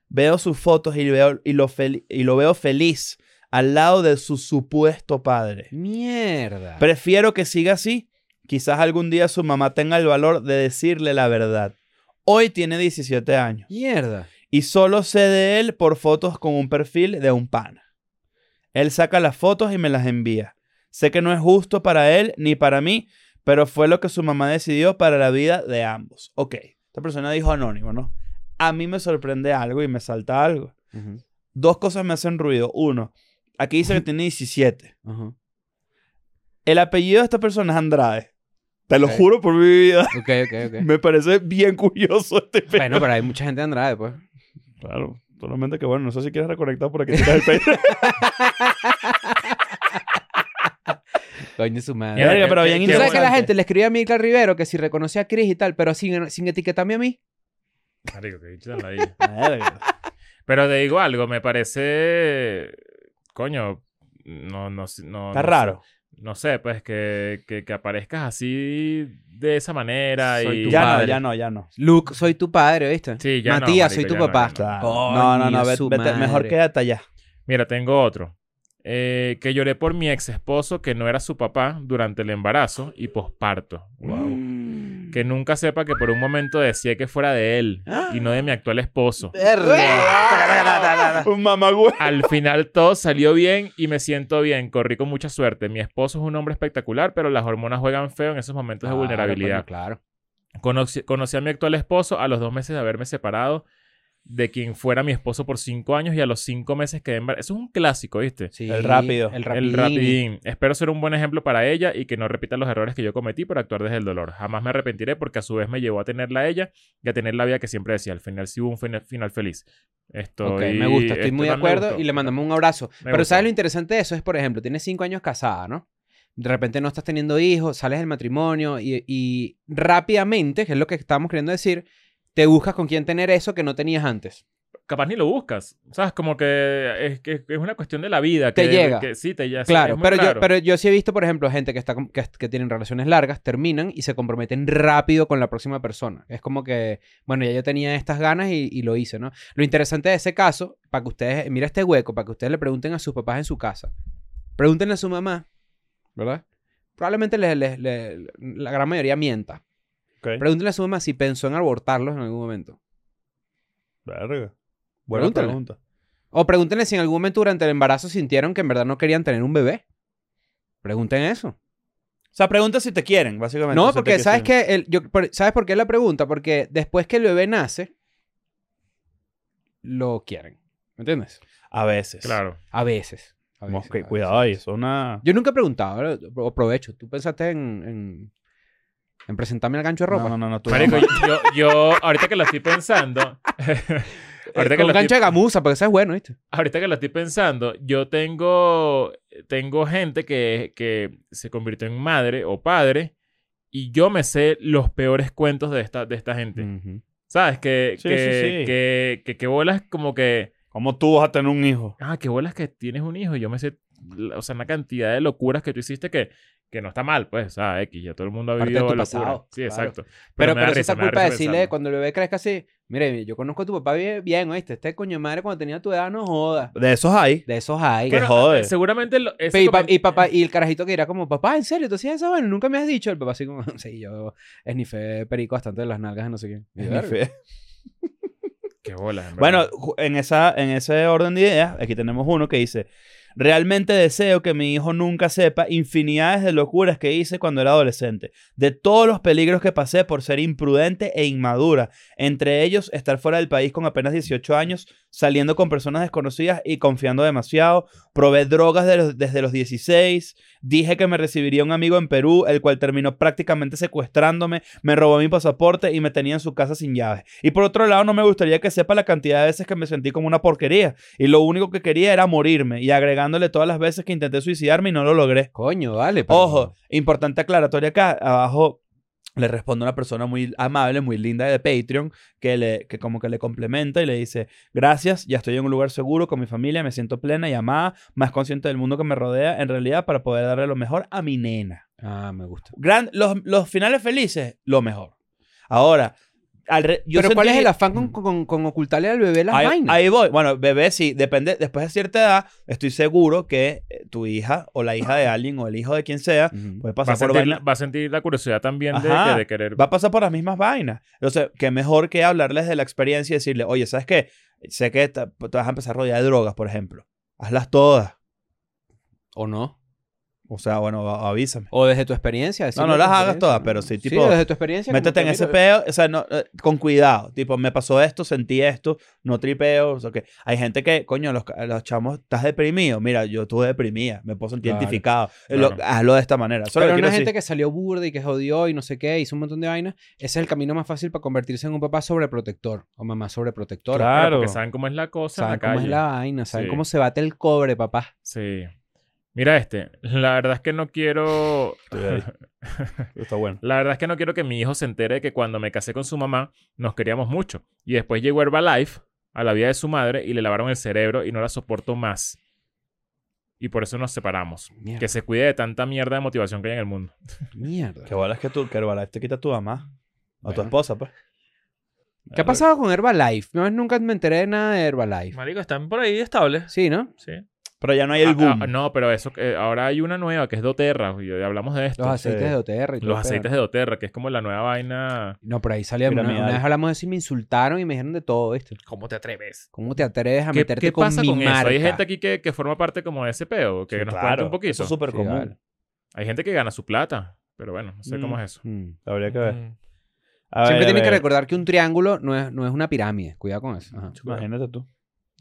Speaker 3: Veo sus fotos y, veo- y lo, fel- y lo veo feliz al lado de su supuesto padre.
Speaker 2: Mierda.
Speaker 3: Prefiero que siga así. Quizás algún día su mamá tenga el valor de decirle la verdad. Hoy tiene 17 años
Speaker 2: Mierda.
Speaker 3: y solo sé de él por fotos con un perfil de un pana. Él saca las fotos y me las envía. Sé que no es justo para él ni para mí, pero fue lo que su mamá decidió para la vida de ambos. Ok, esta persona dijo anónimo, ¿no? A mí me sorprende algo y me salta algo.
Speaker 2: Ujú,
Speaker 3: Dos cosas me hacen ruido. Uno, aquí dice que tiene 17.
Speaker 2: ujú.
Speaker 3: El apellido de esta persona es Andrade. Te lo
Speaker 2: Ok.
Speaker 3: juro por mi vida.
Speaker 2: Ok, ok, ok.
Speaker 3: Me parece bien curioso este pe...
Speaker 2: bueno, pero hay mucha gente de Andrade, pues.
Speaker 3: Claro, solamente que bueno, no sé si quieres reconectar por aquí tiras el pe-
Speaker 2: Coño, su madre.
Speaker 1: Mierda,
Speaker 3: Verga,
Speaker 1: qué-
Speaker 3: pero bien
Speaker 1: qué-
Speaker 2: ¿Tú
Speaker 1: qué
Speaker 2: sabes que
Speaker 1: bueno.
Speaker 2: la gente le escribía a Milka Rivero que si reconocía a Chris y tal, pero sin, sin etiquetarme a mí?
Speaker 1: Marico, que bicho tan ladilla.
Speaker 3: Verga.
Speaker 1: Pero te digo algo, me parece. Coño, no, no, sé- no.
Speaker 3: Está
Speaker 1: no
Speaker 3: raro.
Speaker 1: sé- No sé, pues que, que, que aparezcas así de esa manera
Speaker 5: Soy
Speaker 1: y.
Speaker 5: tu
Speaker 3: Ya no,
Speaker 5: madre.
Speaker 3: ya no, ya no.
Speaker 2: Luke, soy tu padre, ¿viste?
Speaker 1: Sí, ya no,
Speaker 2: Matías, soy
Speaker 1: marico,
Speaker 2: tu
Speaker 1: ya no,
Speaker 2: papá.
Speaker 1: ya
Speaker 3: Claro.
Speaker 2: Coño,
Speaker 3: No, no, no, ve-
Speaker 2: su
Speaker 3: vete-
Speaker 2: madre.
Speaker 3: mejor quédate allá.
Speaker 1: Mira, tengo otro. Eh, que lloré por mi ex esposo que no era su papá durante el embarazo y posparto.
Speaker 2: Mm.
Speaker 1: Que nunca sepa que por un momento decía que fuera de él y no de mi actual esposo.
Speaker 3: Un mamagüey.
Speaker 1: Al final todo salió bien y me siento bien. Corrí con mucha suerte. Mi esposo es un hombre espectacular, pero las hormonas juegan feo en esos momentos de vulnerabilidad.
Speaker 2: Claro.
Speaker 1: Conocí, conocí a mi actual esposo a los dos meses de haberme separado de quien fuera mi esposo por cinco años y a los cinco meses quedé embarazada. Eso es un clásico, ¿viste?
Speaker 2: Sí,
Speaker 3: El rápido.
Speaker 2: El rapidín.
Speaker 1: El rapidín. Espero ser un buen ejemplo para ella y que no repita los errores que yo cometí por actuar desde el dolor. Jamás me arrepentiré porque a su vez me llevó a tenerla a ella y a tener la vida que siempre decía. Al final sí hubo un fina- final feliz. Esto
Speaker 2: Ok, me gusta, estoy muy de acuerdo y le
Speaker 1: mandamos
Speaker 2: mandamos un abrazo.
Speaker 1: Me
Speaker 2: Pero
Speaker 1: gustó.
Speaker 2: ¿sabes lo interesante de eso? Es, por ejemplo, tienes cinco años casada, ¿no? De repente no estás teniendo hijos, sales del matrimonio y, y rápidamente, que es lo que estábamos queriendo decir, te buscas con quién tener eso que no tenías antes.
Speaker 1: capaz ni lo buscas. ¿Sabes? Como que es, que es una cuestión de la vida. Que,
Speaker 2: Te llega.
Speaker 1: que sí, te llega.
Speaker 2: claro,
Speaker 1: es muy
Speaker 2: pero
Speaker 1: raro.
Speaker 2: yo, pero yo sí he visto, por ejemplo, gente que, está, con- que, que tienen relaciones largas, terminan y se comprometen rápido con la próxima persona. Es como que, bueno, ya yo tenía estas ganas y, y lo hice, ¿no? Lo interesante de ese caso, para que ustedes, mira este hueco, para que ustedes le pregunten a sus papás en su casa. Pregúntenle a su mamá, ¿verdad? Probablemente les- les- les- la gran mayoría mienta. Pregúntenle a su mamá si pensó en abortarlos en algún momento.
Speaker 3: Verga. Buena
Speaker 2: Pregúntale.
Speaker 3: pregunta.
Speaker 2: O pregúntenle si en algún momento durante el embarazo sintieron que en verdad no querían tener un bebé. Pregunten eso.
Speaker 3: O sea, pregunta si te quieren, básicamente.
Speaker 2: No,
Speaker 3: si te
Speaker 2: porque sabes
Speaker 3: quieren.
Speaker 2: que el- yo- por- sabes por qué la pregunta, porque después que el bebé nace lo quieren, ¿me entiendes?
Speaker 3: A veces.
Speaker 1: Claro.
Speaker 2: A veces. a
Speaker 3: Como
Speaker 2: veces,
Speaker 3: que
Speaker 2: a veces,
Speaker 3: cuidado
Speaker 2: a
Speaker 3: ahí,
Speaker 2: veces.
Speaker 3: es una...
Speaker 2: Yo nunca he preguntado, ahora aprovecho. ¿Tú pensaste en, en, en presentarme el gancho de ropa?
Speaker 3: No, no, no, no, tú
Speaker 1: Marico,
Speaker 3: no.
Speaker 1: yo, yo, yo- ahorita que lo estoy pensando. ahorita,
Speaker 2: Eh,
Speaker 1: que
Speaker 2: con
Speaker 1: lo
Speaker 2: gancho
Speaker 1: estoy,
Speaker 2: de gamuza, porque eso es bueno, ¿viste?
Speaker 1: ahorita que lo estoy pensando, yo tengo, tengo gente que, que se convirtió en madre o padre y yo me sé los peores cuentos de esta, de esta gente.
Speaker 2: Ujú.
Speaker 1: ¿Sabes? Que,
Speaker 3: Mm. Sí,
Speaker 1: que,
Speaker 3: sí, sí.
Speaker 1: que, que, que bolas como que.
Speaker 3: ¿Cómo tú vas a tener un hijo?
Speaker 1: ah, qué bolas que tienes un hijo. Yo me sé, la- o sea, una cantidad de locuras que tú hiciste que, que no está mal, pues, o sea, X, ya todo el mundo ha
Speaker 2: Parte de
Speaker 1: vivido
Speaker 2: tu
Speaker 1: locuras.
Speaker 2: pasado,
Speaker 1: Sí,
Speaker 2: claro.
Speaker 1: exacto. me
Speaker 2: Pero, pero
Speaker 1: da
Speaker 2: eso
Speaker 1: risa,
Speaker 2: está
Speaker 1: me da
Speaker 2: culpa de
Speaker 1: reza
Speaker 2: decirle
Speaker 1: pensarlo.
Speaker 2: cuando el bebé crezca así, mire, yo conozco a tu papá bien, bien ¿oíste? Este coño de madre cuando tenía tu edad no joda.
Speaker 3: De esos hay.
Speaker 2: De esos hay.
Speaker 3: Que
Speaker 1: Bueno,
Speaker 3: jode.
Speaker 1: Eh, Seguramente lo- ese
Speaker 2: Pe- y, pa-
Speaker 1: comen-
Speaker 2: y papá, y el carajito que era como, papá, ¿en serio? ¿Tú hacías esa vaina? ¿Nunca me has dicho? El papá así como, sí, yo esnifé perico bastante de las nalgas de no sé quién. Y yo,
Speaker 3: Ni
Speaker 2: "Verga".
Speaker 3: fe.
Speaker 1: Qué bolas, en
Speaker 3: Bueno,
Speaker 1: verdad.
Speaker 3: ju- en, esa, en ese orden de ideas, aquí tenemos uno que dice, realmente deseo que mi hijo nunca sepa infinidades de locuras que hice cuando era adolescente, de todos los peligros que pasé por ser imprudente e inmadura, entre ellos estar fuera del país con apenas 18 años, saliendo con personas desconocidas y confiando demasiado, probé drogas de los- desde los 16, dije que me recibiría un amigo en Perú, el cual terminó prácticamente secuestrándome, me robó mi pasaporte y me tenía en su casa sin llaves. Y por otro lado, no me gustaría que sepa la cantidad de veces que me sentí como una porquería. Y lo único que quería era morirme. Y agregándole todas las veces que intenté suicidarme y no lo logré.
Speaker 2: Coño, vale. pero-
Speaker 3: Ojo, importante aclaratoria acá. Abajo le responde una persona muy amable, muy linda de Patreon, que, le, que como que le complementa y le dice, gracias, ya estoy en un lugar seguro con mi familia, me siento plena y amada, más consciente del mundo que me rodea, en realidad, para poder darle lo mejor a mi nena.
Speaker 2: Ah, me gusta.
Speaker 3: Gran, los, los finales felices, lo mejor. Ahora, al re- yo
Speaker 2: Pero ¿cuál es
Speaker 3: sentí-
Speaker 2: el afán con, con- con ocultarle al bebé las
Speaker 3: ahí,
Speaker 2: vainas?
Speaker 3: ahí voy. Bueno, bebé, sí, depende. Después de cierta edad, estoy seguro que eh, tu hija o la hija de alguien o el hijo de quien sea
Speaker 2: Ujú.
Speaker 3: puede
Speaker 1: Va a,
Speaker 3: pasar por
Speaker 1: sentir,
Speaker 3: vainas.
Speaker 1: va a sentir la curiosidad también de,
Speaker 3: Ajá.
Speaker 1: que- de querer.
Speaker 3: Va a pasar por las mismas vainas. Entonces, qué mejor que hablarles de la experiencia y decirle, oye, ¿sabes qué? Sé que ta- te vas a empezar a rodear de drogas, por ejemplo. Hazlas todas.
Speaker 2: ¿O no?
Speaker 3: O sea, bueno, a- avísame.
Speaker 2: ¿O desde tu experiencia? decirle
Speaker 3: no
Speaker 2: tu
Speaker 3: las hagas
Speaker 2: experiencia.
Speaker 3: todas, pero sí, tipo,
Speaker 2: Sí, desde tu experiencia.
Speaker 3: Métete en ese
Speaker 2: pedo.
Speaker 3: peo, o sea, no, eh, con cuidado. Tipo, me pasó esto, sentí esto, no tripeo. O sea, que hay gente que, coño, los, ca- los chamos, estás deprimido. Mira, yo estuve deprimida, me puedo sentir
Speaker 2: Claro,
Speaker 3: identificado. Eh, lo-
Speaker 1: claro.
Speaker 3: hazlo de esta manera. Solo
Speaker 2: Pero
Speaker 3: que
Speaker 2: una
Speaker 3: quiero
Speaker 2: gente
Speaker 3: decir-
Speaker 2: que salió burda y que jodió y no sé qué, hizo un montón de vainas, ese es el camino más fácil para convertirse en un papá sobreprotector o mamá sobreprotectora.
Speaker 1: Claro,
Speaker 3: Claro.
Speaker 1: porque saben cómo es la cosa en la
Speaker 2: Saben cómo es
Speaker 1: calle.
Speaker 2: la vaina, saben
Speaker 1: Sí.
Speaker 2: cómo se bate el cobre, papá.
Speaker 1: Sí. Mira este. La verdad es que no quiero.
Speaker 3: Está bueno.
Speaker 1: La verdad es que no quiero que mi hijo se entere de que cuando me casé con su mamá nos queríamos mucho. Y después llegó Herbalife a la vida de su madre y le lavaron el cerebro y no la soporto más. Y por eso nos separamos.
Speaker 2: Mierda.
Speaker 1: Que se cuide de tanta mierda de motivación que hay en el mundo.
Speaker 2: Mierda.
Speaker 3: Que bolas que tú, que Herbalife te quita a tu mamá. O a tu
Speaker 2: Bueno.
Speaker 3: esposa, pues.
Speaker 2: ¿Qué ha pasado con Herbalife? No, nunca me enteré de nada de Herbalife.
Speaker 5: Marico, están por ahí estables.
Speaker 2: Sí, ¿no?
Speaker 5: Sí.
Speaker 3: Pero ya no hay el
Speaker 1: Ah,
Speaker 3: boom.
Speaker 1: ah, no, pero eso que- ahora hay una nueva que es Doterra. y hablamos de esto.
Speaker 2: Los aceites
Speaker 3: sí.
Speaker 2: de OTR y todo
Speaker 1: Los
Speaker 2: el pedo.
Speaker 1: aceites de Doterra, que es como la nueva vaina.
Speaker 2: No, por ahí salía. Una,
Speaker 3: Piramidal.
Speaker 2: una vez hablamos de eso y me insultaron y me dijeron de todo, ¿viste?
Speaker 5: ¿Cómo te atreves?
Speaker 2: ¿Cómo te atreves a
Speaker 1: ¿Qué,
Speaker 2: meterte
Speaker 1: qué
Speaker 2: con
Speaker 1: pasa
Speaker 2: mi
Speaker 1: con, eso?
Speaker 2: marca?
Speaker 1: Hay gente aquí que, que forma parte como de ese peo, que
Speaker 3: Sí,
Speaker 1: nos cuenta
Speaker 3: claro,
Speaker 1: un poquito.
Speaker 3: Eso es súper
Speaker 2: Sí,
Speaker 3: común.
Speaker 2: vale.
Speaker 1: Hay gente que gana su plata, pero bueno, no sé
Speaker 3: Mm.
Speaker 1: cómo es eso.
Speaker 2: Mm.
Speaker 3: Habría que ver.
Speaker 5: Mm.
Speaker 3: A
Speaker 2: Siempre
Speaker 3: ver, a
Speaker 2: tienen que
Speaker 3: ver.
Speaker 2: recordar que un triángulo no es, no es una pirámide. Cuidado con eso. Ajá.
Speaker 3: Imagínate tú.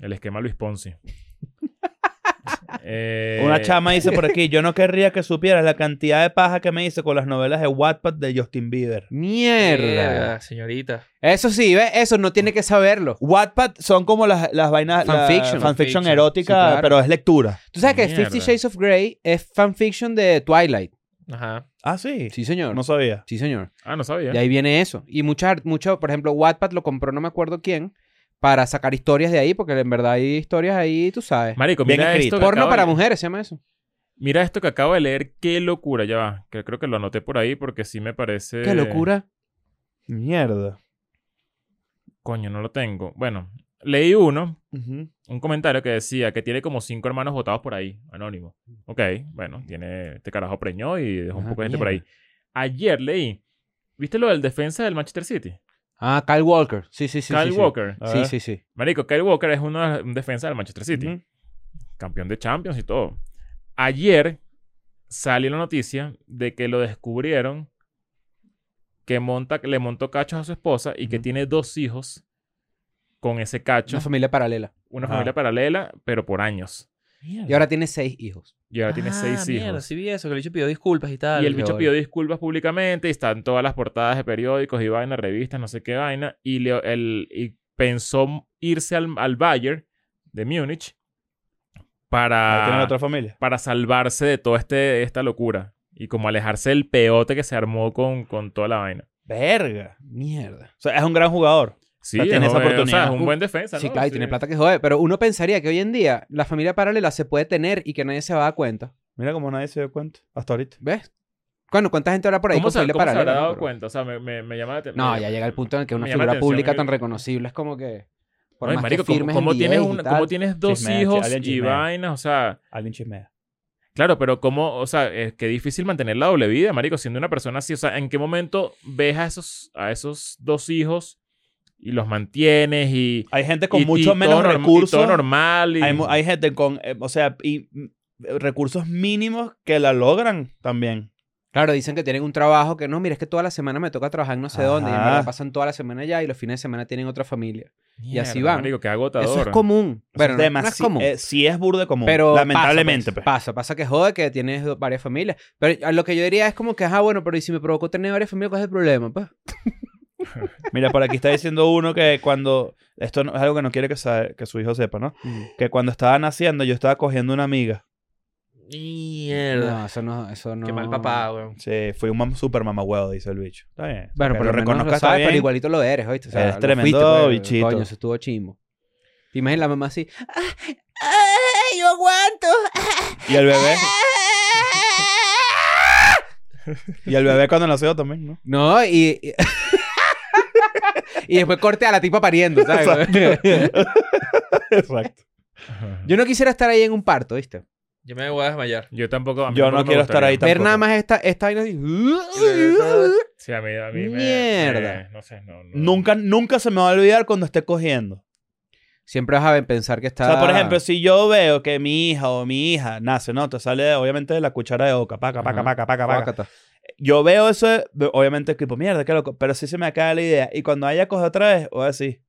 Speaker 1: El esquema Luis Ponzi. Eh,
Speaker 3: Una chama dice por aquí, yo no querría que supieras la cantidad de paja que me hice con las novelas de Wattpad de Justin Bieber.
Speaker 2: ¡Mierda!
Speaker 5: Verga, señorita.
Speaker 2: Eso sí, ¿ves? Eso no tiene que saberlo.
Speaker 3: Wattpad son como las, las vainas... la-
Speaker 2: Fanfiction.
Speaker 3: fanfiction
Speaker 5: Fanfiction.
Speaker 3: erótica,
Speaker 2: Sí, claro.
Speaker 3: pero es lectura.
Speaker 2: Tú sabes que
Speaker 1: Mierda.
Speaker 2: Fifty Shades of Grey es fanfiction de Twilight.
Speaker 5: Ajá.
Speaker 3: Ah, sí.
Speaker 2: Sí, señor.
Speaker 3: No sabía.
Speaker 2: Sí, señor.
Speaker 1: Ah, no sabía.
Speaker 2: Y ahí viene eso. Y muchas, mucho, por ejemplo, Wattpad lo compró no me acuerdo quién para sacar historias de ahí, porque en verdad hay historias ahí, tú sabes.
Speaker 1: Marico,
Speaker 3: Bien
Speaker 1: mira
Speaker 3: escrito.
Speaker 1: esto, que
Speaker 2: Porno
Speaker 1: acabo
Speaker 2: para
Speaker 1: de-
Speaker 2: mujeres se llama eso.
Speaker 1: mira esto que acabo de leer. Qué locura, ya va. Que creo que lo anoté por ahí porque sí me parece.
Speaker 2: Qué locura.
Speaker 3: Mierda.
Speaker 1: Coño, no lo tengo. Bueno, leí uno, un comentario que decía que tiene como cinco hermanos votados por ahí, anónimo. Ok, bueno, tiene este carajo preñó y dejó un
Speaker 2: Ah,
Speaker 1: poco de gente por ahí.
Speaker 2: mierda.
Speaker 1: Ayer leí. ¿Viste lo del defensa del Manchester City?
Speaker 2: Ah, Kyle Walker. Sí, sí, sí.
Speaker 1: Kyle
Speaker 2: sí, sí.
Speaker 1: Walker.
Speaker 3: A
Speaker 2: Sí,
Speaker 3: ver.
Speaker 2: sí, sí.
Speaker 1: Marico, Kyle Walker es uno de- un defensa del Manchester City.
Speaker 3: Ujú.
Speaker 1: Campeón de Champions y todo. Ayer salió la noticia de que lo descubrieron que monta, le montó cachos a su esposa y que
Speaker 3: Ujú.
Speaker 1: tiene dos hijos con ese cacho.
Speaker 2: Una
Speaker 1: Una,
Speaker 2: familia paralela.
Speaker 3: Ajá.
Speaker 1: familia paralela, pero por años.
Speaker 2: Y ahora tiene seis hijos.
Speaker 1: Y ahora tiene
Speaker 5: Ah,
Speaker 1: seis
Speaker 5: mierda,
Speaker 1: hijos.
Speaker 5: sí vi eso, que el bicho pidió disculpas y tal.
Speaker 1: Y el
Speaker 5: Qué
Speaker 1: bicho
Speaker 5: bola.
Speaker 1: pidió disculpas públicamente y están todas las portadas de periódicos y vaina, revistas, no sé qué vaina. Y, le- el- y pensó irse al, al Bayern de Múnich
Speaker 3: Ahí tienen
Speaker 1: para,
Speaker 3: otra familia.
Speaker 1: para salvarse de toda este, esta locura. Y como alejarse del peote que se armó con, con toda la vaina.
Speaker 3: Verga.
Speaker 2: Mierda.
Speaker 3: O sea, es un gran jugador.
Speaker 1: Sí,
Speaker 3: O sea, tiene
Speaker 1: es-
Speaker 3: esa
Speaker 1: o sea,
Speaker 3: oportunidad.
Speaker 1: es un buen defensa,
Speaker 2: Sí,
Speaker 1: ¿no?
Speaker 2: claro, y tiene plata que jode. Pero uno pensaría que hoy en día la familia paralela se puede tener y que nadie se va a dar cuenta.
Speaker 3: Mira cómo nadie se dio cuenta. Hasta ahorita.
Speaker 2: ¿Ves? Bueno, ¿cuánta gente habrá por ahí
Speaker 1: ¿Cómo
Speaker 2: con
Speaker 1: se,
Speaker 2: familia
Speaker 1: cómo se habrá
Speaker 2: paralela?
Speaker 1: dado
Speaker 2: no? Pero-
Speaker 1: cuenta? O sea, me, me- me llama la atención.
Speaker 2: No, ya llega el punto en el que una
Speaker 1: me llama la
Speaker 2: figura
Speaker 1: atención
Speaker 2: pública
Speaker 1: que-
Speaker 2: tan reconocible es como que. Por
Speaker 1: Ay,
Speaker 2: más
Speaker 1: marico,
Speaker 2: que
Speaker 1: ¿cómo-
Speaker 2: firmes
Speaker 1: cómo
Speaker 2: en
Speaker 1: tienes,
Speaker 2: NDAs y
Speaker 1: una-
Speaker 2: tal,
Speaker 1: cómo tienes dos
Speaker 3: Chismea, chi-
Speaker 1: hijos
Speaker 3: alguien
Speaker 1: y
Speaker 3: chismea.
Speaker 1: vainas? O sea,
Speaker 3: Alguien chismea.
Speaker 1: Claro, pero cómo, o sea, es que difícil mantener la doble vida, marico, siendo una persona así. O sea, ¿en qué momento ves a esos, a esos dos hijos y los mantienes y...
Speaker 3: Hay gente con
Speaker 1: y- y
Speaker 3: mucho
Speaker 1: todo
Speaker 3: menos
Speaker 1: norm- y
Speaker 3: recursos.
Speaker 1: todo normal y...
Speaker 3: Hay, mu- hay gente con, eh, o sea, y, mm, recursos mínimos que la logran también.
Speaker 2: Claro, dicen que tienen un trabajo que no, mira, es que toda la semana me toca trabajar no sé dónde. Y en
Speaker 3: Ajá.
Speaker 2: verdad pasan toda la semana allá y los fines de semana tienen otra familia.
Speaker 1: Mierda,
Speaker 2: así van.
Speaker 1: Marico, qué agotador.
Speaker 2: Eso es común. Bueno, no, no es
Speaker 3: Demasi-
Speaker 2: común.
Speaker 3: eh, sí es burda común.
Speaker 2: Pero pasa,
Speaker 3: lamentablemente,
Speaker 2: pues,
Speaker 3: pues.
Speaker 2: pasa, pasa que jode que tienes do- varias familias. Pero a lo que yo diría es como que, ajá, bueno, pero ¿y si me provocó tener varias familias, cuál es el problema? Pues
Speaker 3: Mira, por aquí está diciendo uno que cuando. Esto no- es Mm. algo que no quiere que, sa- que su hijo sepa, ¿no? Que cuando estaba naciendo, yo estaba cogiendo una amiga.
Speaker 5: Mierda.
Speaker 2: No, eso no, eso no.
Speaker 5: Qué mal papá, weón.
Speaker 3: Sí, fui un mam- super mamahuevo, dice el bicho. Está bien.
Speaker 2: Bueno, pero lo reconozco,
Speaker 3: reconozcas
Speaker 2: sabes, pero
Speaker 3: bien.
Speaker 2: igualito lo eres, ¿oíste? O sea,
Speaker 3: Eres
Speaker 2: lo
Speaker 3: tremendo
Speaker 2: fuiste, pues,
Speaker 3: bichito.
Speaker 2: Coño, eso estuvo chimbo. Te imaginas la mamá así.
Speaker 6: yo aguanto.
Speaker 3: Y el bebé. Y el bebé cuando nació también, ¿no?
Speaker 2: No, y. y- Y después corte a la tipa pariendo, ¿sabes?
Speaker 3: Exacto.
Speaker 2: Yo no quisiera estar ahí en un parto, ¿viste?
Speaker 5: Yo me voy a desmayar.
Speaker 1: Yo tampoco. a mí
Speaker 3: Yo
Speaker 1: tampoco
Speaker 3: no
Speaker 1: me
Speaker 3: quiero estar
Speaker 1: gustaría.
Speaker 3: ahí
Speaker 2: Ver
Speaker 3: Tampoco.
Speaker 2: nada más esta, esta vaina así.
Speaker 1: Sí, a mí, a mí me-
Speaker 2: Mierda.
Speaker 1: me- no sé, no, no.
Speaker 3: Nunca, nunca se me va a olvidar cuando esté cogiendo.
Speaker 2: Siempre vas a pensar que está.
Speaker 3: O sea, por ejemplo, si yo veo que mi hija o mi hija nace, ¿no? Te sale obviamente de la cuchara de boca, paca, paca,
Speaker 2: Ajá.
Speaker 3: paca, paca, paca.
Speaker 2: Guácata.
Speaker 3: Yo veo eso, ve- obviamente, tipo, mierda, qué loco. Pero sí se me acaba la idea. Y cuando haya cogido otra vez, voy a decir,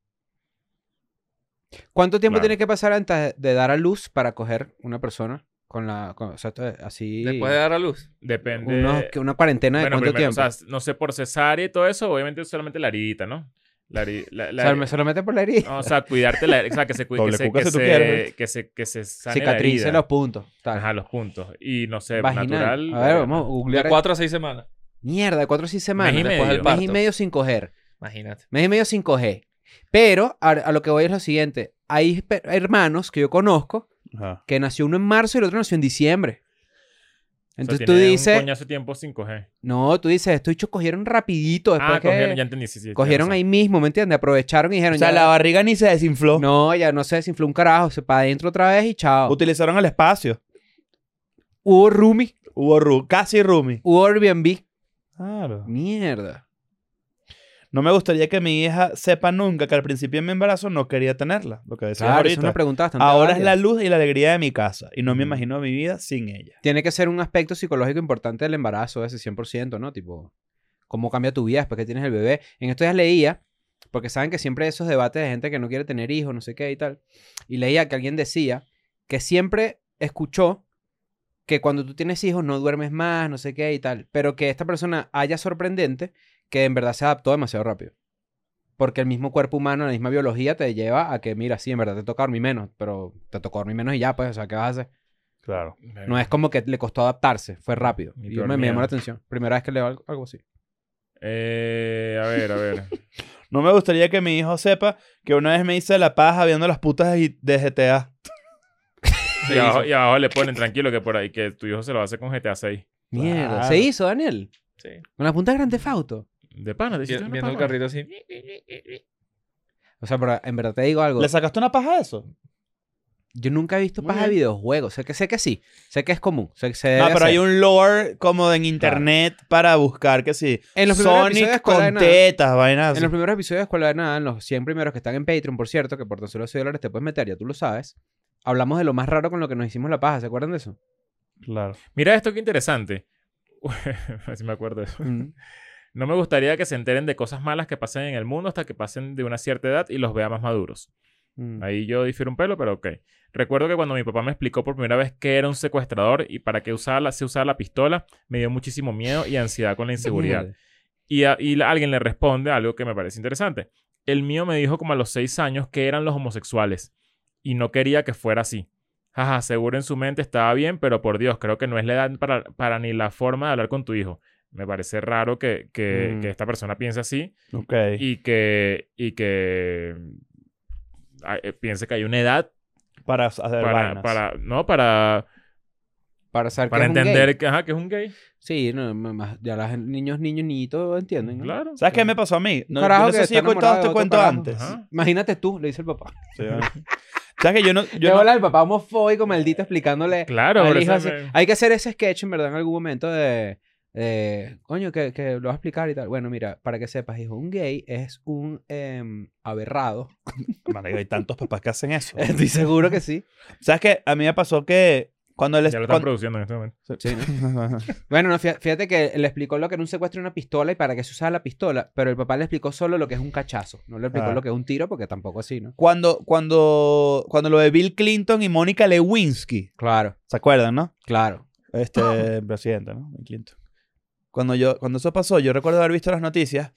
Speaker 2: ¿Cuánto tiempo
Speaker 1: Claro.
Speaker 2: tiene que pasar antes de dar a luz para coger una persona? Con la. con- o sea, esto es así.
Speaker 5: Después de dar a luz.
Speaker 1: Depende.
Speaker 2: unos- que una cuarentena de
Speaker 1: Bueno,
Speaker 2: cuánto
Speaker 1: primero,
Speaker 2: tiempo.
Speaker 1: O sea, no sé, por cesárea y todo eso, obviamente solamente la heridita, ¿no? La, heri- la-
Speaker 2: O
Speaker 1: la-
Speaker 2: sea, me se lo mete por la herida.
Speaker 1: no, o sea, cuidarte la o sea, que se cuide, que
Speaker 3: Doble
Speaker 1: se,
Speaker 3: cuca
Speaker 1: que,
Speaker 3: si tú
Speaker 1: se-
Speaker 3: quieres.
Speaker 1: que se que se sane la
Speaker 2: Cicatrice
Speaker 1: herida.
Speaker 2: los puntos. tal.
Speaker 1: Ajá, los puntos. Y no sé, pues,
Speaker 2: Vaginal.
Speaker 1: natural. eh,
Speaker 2: a ver, vamos a googlear.
Speaker 5: De cuatro a seis semanas.
Speaker 2: Mierda, de cuatro a seis semanas.
Speaker 1: Mes y
Speaker 5: después
Speaker 1: medio.
Speaker 5: del
Speaker 2: Mes y
Speaker 5: parto.
Speaker 2: medio sin coger.
Speaker 5: Imagínate.
Speaker 2: Mes y medio 5G. Pero a, a lo que voy es lo siguiente. Hay pe- hermanos que yo conozco
Speaker 3: ajá.
Speaker 2: que nació uno en marzo y el otro nació en diciembre.
Speaker 1: O sea,
Speaker 2: Entonces tú
Speaker 1: tiene
Speaker 2: dices,
Speaker 1: Un coñazo de tiempo 5G.
Speaker 2: no, tú dices, estos chicos cogieron rapidito después
Speaker 1: Ah,
Speaker 2: que
Speaker 1: cogieron,
Speaker 2: cogieron,
Speaker 1: ya entendí. sí, sí, tienes
Speaker 2: ahí mismo, ¿me entiendes? Aprovecharon y dijeron,
Speaker 3: O sea,
Speaker 2: ya-
Speaker 3: la barriga ni se desinfló.
Speaker 2: no, ya no se desinfló un carajo, se para adentro otra vez y chao.
Speaker 3: Utilizaron el espacio.
Speaker 2: Hubo Rumi,
Speaker 3: Hubo ru casi Rumi.
Speaker 2: hubo Airbnb.
Speaker 3: Claro.
Speaker 2: Mierda.
Speaker 3: No me gustaría que mi hija sepa nunca que al principio de mi embarazo no quería tenerla. Lo que decía
Speaker 2: Claro, es una
Speaker 3: ahorita.
Speaker 2: pregunta bastante
Speaker 3: Ahora es
Speaker 2: válida.
Speaker 3: la luz y la alegría de mi casa. Y no me
Speaker 2: Mm.
Speaker 3: imagino mi vida sin ella.
Speaker 2: Tiene que ser un aspecto psicológico importante del embarazo, ese 100%, ¿no? Tipo, cómo cambia tu vida después que tienes el bebé. En estos días leía, porque saben que siempre hay esos debates de gente que no quiere tener hijos, no sé qué y tal. Y leía que alguien decía que siempre escuchó que cuando tú tienes hijos no duermes más, no sé qué y tal. Pero que esta persona haya sorprendente que en verdad se adaptó demasiado rápido. Porque el mismo cuerpo humano, la misma biología te lleva a que, mira, sí, en verdad te toca dormir menos, pero te tocó dormir menos y ya, pues, o sea, ¿qué vas a hacer?
Speaker 3: Claro.
Speaker 1: razón.
Speaker 2: No es como que le costó adaptarse, fue rápido.
Speaker 1: Mi
Speaker 2: Y
Speaker 1: peor
Speaker 2: me, me llamó
Speaker 1: miedo.
Speaker 2: la atención. Primera vez que leo algo, algo así.
Speaker 1: Eh, a ver, a ver.
Speaker 3: No me gustaría que mi hijo sepa que una vez me hice la paja viendo las putas de de GTA.
Speaker 1: y, abajo, y abajo le ponen tranquilo que por ahí que tu hijo se lo hace con GTA 6.
Speaker 2: Mierda.
Speaker 3: Claro.
Speaker 2: Se hizo, Daniel.
Speaker 5: Sí.
Speaker 2: Con la punta de Grande Fauto.
Speaker 1: De pana, te hiciste
Speaker 5: Vi-
Speaker 1: una
Speaker 5: Viendo el
Speaker 1: paja.
Speaker 5: carrito así.
Speaker 2: O sea, pero en verdad te digo algo.
Speaker 3: ¿Le sacaste una paja a eso?
Speaker 2: Yo nunca he visto
Speaker 3: Muy
Speaker 2: paja de
Speaker 3: bien.
Speaker 2: videojuegos. Sé que, sé que sí. Sé que es común. Sé que se debe
Speaker 3: No, pero hay
Speaker 2: hacer.
Speaker 3: un lore como en internet para buscar que sí.
Speaker 2: En los primeros episodios de
Speaker 3: Sonic
Speaker 2: Escuela de
Speaker 3: con
Speaker 2: Nada.
Speaker 3: tetas, vainas.
Speaker 2: En los primeros episodios de Escuela de Nada, en los 100 primeros que están en Patreon, por cierto, que por tan solo 6 dólares te puedes meter, ya tú lo sabes. Hablamos de lo más raro con lo que nos hicimos la paja. ¿Se acuerdan de eso?
Speaker 3: Claro.
Speaker 1: Mira esto, qué interesante. Así me acuerdo de eso. No me gustaría que se enteren de cosas malas que pasen en el mundo hasta que pasen de una cierta edad y los vea más maduros.
Speaker 2: Mm.
Speaker 1: Ahí yo difiero un pelo, pero ok. Recuerdo que cuando mi papá me explicó por primera vez que era un secuestrador y para qué usaba la, se usaba la pistola, me dio muchísimo miedo y ansiedad con la inseguridad.
Speaker 2: Mierda.
Speaker 1: Y, a- y la- alguien le responde algo que me parece interesante. El mío me dijo como a los seis años que eran los homosexuales y no quería que fuera así. Jaja, seguro en su mente estaba bien, pero por Dios, creo que no es la edad para, para ni la forma de hablar con tu hijo. Me parece raro que, que-
Speaker 2: Mm.
Speaker 1: que esta persona piense así
Speaker 3: Ok.
Speaker 1: y que, y que ah, eh, piense que hay una edad
Speaker 3: para hacer
Speaker 1: para,
Speaker 3: vainas.
Speaker 1: para, no, para,
Speaker 2: Para saber que
Speaker 1: para
Speaker 2: es un gay.
Speaker 1: entender que, ajá, que es un gay.
Speaker 2: Sí, no, más- ya los niños, niños, niñitos entienden. ¿no?
Speaker 1: Claro.
Speaker 3: ¿Sabes qué me pasó a mí? No,
Speaker 2: Carajo
Speaker 3: yo no
Speaker 2: que
Speaker 3: sé si
Speaker 2: está
Speaker 3: he contado
Speaker 2: enamorado de
Speaker 3: este
Speaker 2: otro
Speaker 3: cuento
Speaker 2: carajo.
Speaker 3: antes.
Speaker 1: Ajá.
Speaker 2: Imagínate tú, le dice el papá.
Speaker 3: Sí, vale. ¿Sabes que yo no...
Speaker 2: Yo
Speaker 3: Yo no-
Speaker 2: habla del papá homofóbico maldito explicándole.
Speaker 1: Claro,
Speaker 2: al
Speaker 1: por
Speaker 2: hijo
Speaker 1: eso
Speaker 2: así.
Speaker 1: me-
Speaker 2: Hay que hacer ese sketch, en verdad, en algún momento de. de, coño, que, que lo vas a explicar y tal. Bueno, mira, para que sepas, hijo, un gay es un em, aberrado.
Speaker 3: Marico, hay tantos papás que hacen eso.
Speaker 2: Estoy seguro que sí.
Speaker 3: ¿Sabes qué? A mí me pasó que cuando les...
Speaker 1: Ya lo están
Speaker 3: cuando-
Speaker 1: produciendo en este momento.
Speaker 2: Sí, ¿no? Bueno, no, fía- fíjate que le explicó lo que era un secuestro de una pistola y para qué se usaba la pistola, pero el papá le explicó solo lo que es un cachazo. No le explicó
Speaker 3: Ah.
Speaker 2: lo que es un tiro porque tampoco así, ¿no?
Speaker 3: Cuando, cuando, cuando lo de Bill Clinton y Mónica Lewinsky,
Speaker 2: Claro,
Speaker 3: ¿se acuerdan, no?
Speaker 2: claro. Ah.
Speaker 3: Este presidente, ¿no? Bill Clinton. Cuando, yo, cuando eso pasó, yo recuerdo haber visto las noticias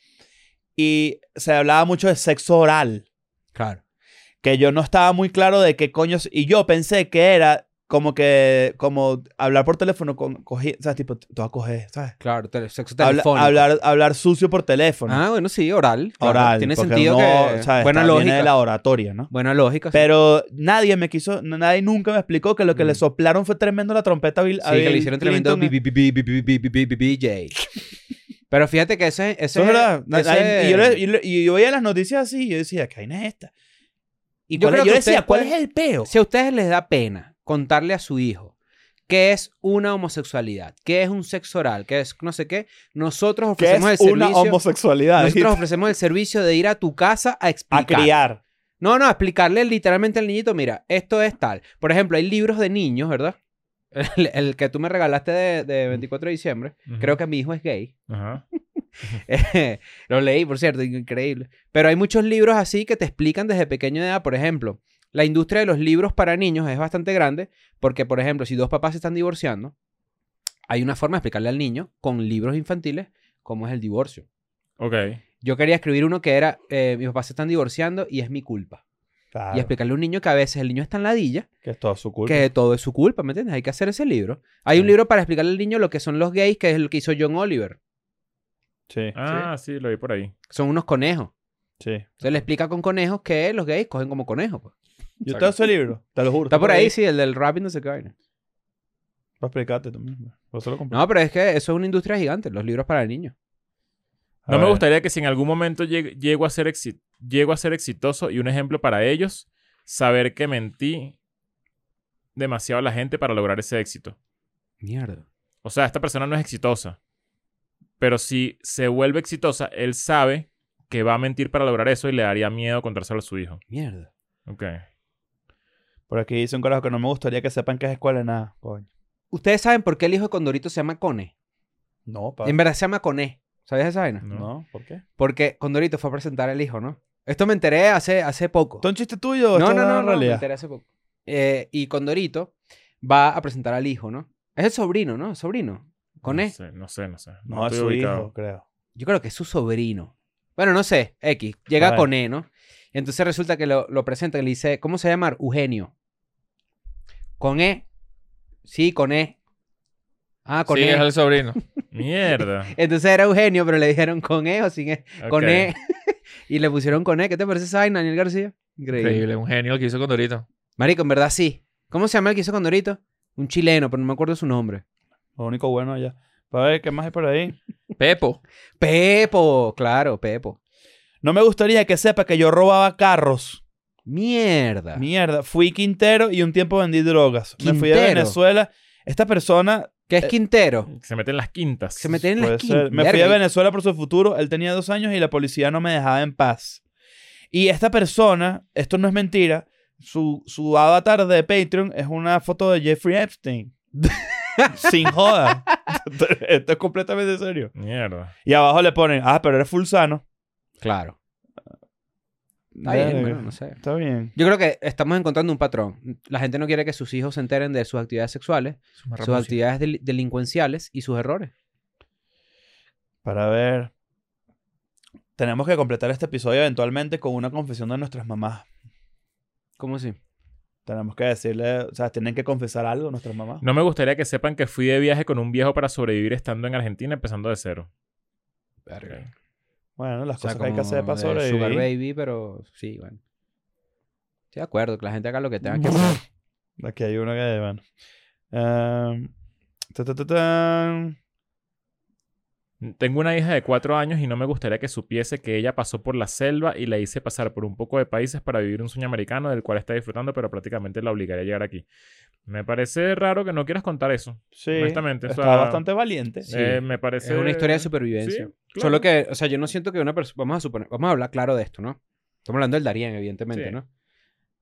Speaker 3: y se hablaba mucho de sexo oral,
Speaker 2: Claro.
Speaker 3: que yo no estaba muy claro de qué coño. Y yo pensé que era como que, como hablar por teléfono con cogi- ¿sabes? Tipo, tú vas a coger, ¿sabes?
Speaker 2: Claro, tele- sexo
Speaker 3: Habla-
Speaker 2: telefónico.
Speaker 3: hablar, hablar sucio por teléfono.
Speaker 2: Ah, bueno, sí, oral. claro.
Speaker 3: oral.
Speaker 2: Tiene
Speaker 3: porque
Speaker 2: sentido
Speaker 3: uno,
Speaker 2: que...
Speaker 3: ¿sabes?
Speaker 2: Buena
Speaker 3: Está- viene
Speaker 2: lógica.
Speaker 3: de la oratoria, ¿no?
Speaker 2: Buena lógica. sí.
Speaker 3: Pero nadie me quiso, no- nadie nunca me explicó que lo que
Speaker 2: Mm.
Speaker 3: le soplaron fue tremendo la trompeta a Bill. a
Speaker 2: Sí, que
Speaker 3: Bill
Speaker 2: le hicieron tremendo
Speaker 3: Clinton. ¿eh?
Speaker 2: bi- bi- bi- bi- bi- bi- bi- bi- bi- BJ. Pero fíjate que ese... ese
Speaker 3: Eso es verdad. Na-
Speaker 2: ese-
Speaker 3: nadie- y, yo le- y le- y yo veía las noticias así y yo decía, ¿qué vaina es esta? Y
Speaker 2: Yo
Speaker 3: cuál-
Speaker 2: creo
Speaker 3: yo,
Speaker 2: que
Speaker 3: decía,
Speaker 2: ustedes
Speaker 3: ¿cuál
Speaker 2: pueden-
Speaker 3: es el peo?
Speaker 2: Si a ustedes les da pena contarle a su hijo que es una homosexualidad, que es un sexo oral, que es no sé qué, nosotros
Speaker 3: Que
Speaker 2: ofrecemos el servicio...
Speaker 3: homosexualidad?
Speaker 2: Nosotros ofrecemos el servicio de ir a tu casa a explicar.
Speaker 3: a criar.
Speaker 2: No, no, explicarle literalmente al niñito, mira, esto es tal. Por ejemplo, hay libros de niños, ¿verdad? El, el que tú me regalaste de, de 24 de diciembre. Creo que mi hijo es gay.
Speaker 1: Ajá.
Speaker 2: Eh, Lo leí, por cierto, increíble. Pero hay muchos libros así que te explican desde pequeña edad. Por ejemplo, la industria de los libros para niños es bastante grande porque, por ejemplo, si dos papás se están divorciando, hay una forma de explicarle al niño con libros infantiles cómo es el divorcio.
Speaker 1: Ok.
Speaker 2: Yo quería escribir uno que era, eh, mis papás se están divorciando y es mi culpa.
Speaker 3: Claro,
Speaker 2: Y explicarle a un niño que a veces el niño está en ladilla,
Speaker 3: que es todo su culpa.
Speaker 2: que todo es su culpa, ¿me entiendes? Hay que hacer ese libro. Hay un
Speaker 3: Sí.
Speaker 2: libro para explicarle al niño lo que son los gays, que es lo que hizo John Oliver.
Speaker 3: Sí,
Speaker 1: Ah, sí, lo vi por ahí.
Speaker 2: Son unos conejos.
Speaker 3: sí.
Speaker 2: Entonces le explica con conejos que los gays cogen como conejos. pues.
Speaker 3: Yo todo ese libro, te lo juro.
Speaker 2: Está por ahí, sí, el del rap y no sé qué vaina.
Speaker 3: Para explicarte tú mismo. Por eso lo compré.
Speaker 2: No, pero es que eso es una industria gigante, los libros para niños.
Speaker 3: A
Speaker 1: No me
Speaker 3: ver.
Speaker 1: gustaría que si en algún momento lleg- llego, a ser exi- llego a ser exitoso y un ejemplo para ellos, saber que mentí demasiado a la gente para lograr ese éxito.
Speaker 2: Mierda.
Speaker 1: O sea, esta persona no es exitosa. Pero si se vuelve exitosa, él sabe que va a mentir para lograr eso y le daría miedo contárselo a su hijo.
Speaker 2: Mierda.
Speaker 1: Ok.
Speaker 3: Por aquí dice un carajo que no me gustaría que sepan que es escuela de nada. Coño.
Speaker 2: ¿Ustedes saben por qué el hijo de Condorito se llama Cone?
Speaker 3: No, pa. Mm.
Speaker 2: En verdad se llama Cone. ¿Sabías esa vaina?
Speaker 1: No.
Speaker 3: No, ¿por qué?
Speaker 2: Porque Condorito fue a presentar al hijo, ¿no? Esto me enteré hace, hace poco.
Speaker 3: ¿Esto es un chiste tuyo? o
Speaker 2: No,
Speaker 3: esto
Speaker 2: no,
Speaker 3: es
Speaker 2: no,
Speaker 3: una
Speaker 2: no, me
Speaker 3: realidad?
Speaker 2: enteré hace poco. Eh, y Condorito va a presentar al hijo, ¿no? Es el sobrino, ¿no? Sobrino. Con
Speaker 1: no
Speaker 2: E?
Speaker 3: Ah,
Speaker 2: él.
Speaker 1: sé, no sé, no sé.
Speaker 3: No,
Speaker 1: No,
Speaker 3: es
Speaker 1: estoy
Speaker 3: su
Speaker 1: ubicado.
Speaker 3: hijo, creo.
Speaker 2: Yo creo que es su sobrino. Bueno, no sé. X. Llega
Speaker 3: Vale.
Speaker 2: con E, ¿no? Y entonces resulta que lo, lo presenta y le dice, ¿cómo se llama? Eugenio. Con E. Sí, con E. Ah, con
Speaker 5: Sí,
Speaker 2: E.
Speaker 5: es el sobrino.
Speaker 1: Mierda.
Speaker 2: Entonces era Eugenio, pero le dijeron con E o sin E. Con
Speaker 1: Ok.
Speaker 2: E. y le pusieron con E. ¿Qué te parece esa vaina, Daniel García? Increíble.
Speaker 5: Increíble, un genio el que hizo Condorito.
Speaker 2: Marico, en verdad sí. ¿Cómo se llama el que hizo Condorito? Un chileno, pero no me acuerdo su nombre.
Speaker 3: Lo único bueno allá. Para ver qué más hay por ahí.
Speaker 5: Pepo.
Speaker 2: Pepo, claro, Pepo.
Speaker 3: No me gustaría que sepa que yo robaba carros.
Speaker 2: Mierda.
Speaker 3: Mierda. Fui Quintero y un tiempo vendí drogas. Me fui a
Speaker 2: Quintero.
Speaker 3: Venezuela. Esta persona
Speaker 2: ¿Qué es Quintero?
Speaker 1: Se meten las quintas.
Speaker 2: Se meten en
Speaker 3: Eh, Puede
Speaker 2: las
Speaker 3: ser.
Speaker 2: quintas.
Speaker 3: Me fui a Venezuela por su futuro. Él tenía dos años y la policía no me dejaba en paz. Y esta persona, esto no es mentira, su, su avatar de Patreon es una foto de Jeffrey Epstein. Sin joda. esto es completamente serio.
Speaker 1: Mierda.
Speaker 3: Y abajo le ponen, ah, pero eres full sano.
Speaker 2: Claro. Está bien,
Speaker 3: Verga.
Speaker 2: bueno, no sé.
Speaker 3: Está bien.
Speaker 2: Yo creo que estamos encontrando un patrón. La gente no quiere que sus hijos se enteren de sus actividades sexuales, sus actividades del- delincuenciales y sus errores.
Speaker 3: Para ver. Tenemos que completar este episodio eventualmente con una confesión de nuestras mamás.
Speaker 2: ¿Cómo así?
Speaker 3: Tenemos que decirle, o sea, tienen que confesar algo a nuestras mamás.
Speaker 1: No me gustaría que sepan que fui de viaje con un viejo para sobrevivir estando en Argentina empezando de cero.
Speaker 3: Bueno, las
Speaker 2: O sea,
Speaker 3: cosas que hay que
Speaker 2: como
Speaker 3: hacer para
Speaker 2: de
Speaker 3: sobrevivir.
Speaker 2: Sugar Baby, pero sí, bueno. Estoy de acuerdo, que la gente haga lo que tenga que hacer.
Speaker 3: Aquí hay uno que, bueno. Em, ta, ta, ta, tan.
Speaker 1: Tengo una hija de cuatro años y no me gustaría que supiese que ella pasó por la selva y la hice pasar por un poco de países para vivir un sueño americano del cual está disfrutando, pero prácticamente la obligaría a llegar aquí. Me parece raro que no quieras contar eso.
Speaker 3: Sí,
Speaker 1: Honestamente, o
Speaker 3: está
Speaker 1: sea,
Speaker 3: bastante valiente.
Speaker 1: Eh, me parece...
Speaker 2: Es una historia de
Speaker 1: Sí,
Speaker 2: supervivencia.
Speaker 1: claro.
Speaker 2: Solo que, o sea, yo no siento que una persona. Vamos a suponer, vamos a hablar claro de esto, ¿no? Estamos hablando del Darién, evidentemente,
Speaker 1: Sí.
Speaker 2: ¿no?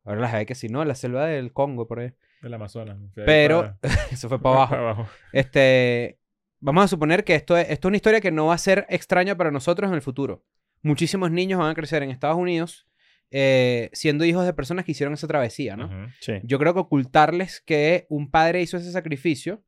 Speaker 2: Ahora las hay que sí, ¿no? La selva del Congo, por ahí.
Speaker 1: Del Amazonas.
Speaker 2: Pero- Eso fue para abajo. Este. Vamos a suponer que esto es, esto es una historia que no va a ser extraña para nosotros en el futuro. Muchísimos niños van a crecer en Estados Unidos eh, siendo hijos de personas que hicieron esa travesía, ¿no?
Speaker 1: Ujú.
Speaker 3: Sí.
Speaker 2: Yo creo que ocultarles que un padre hizo ese sacrificio,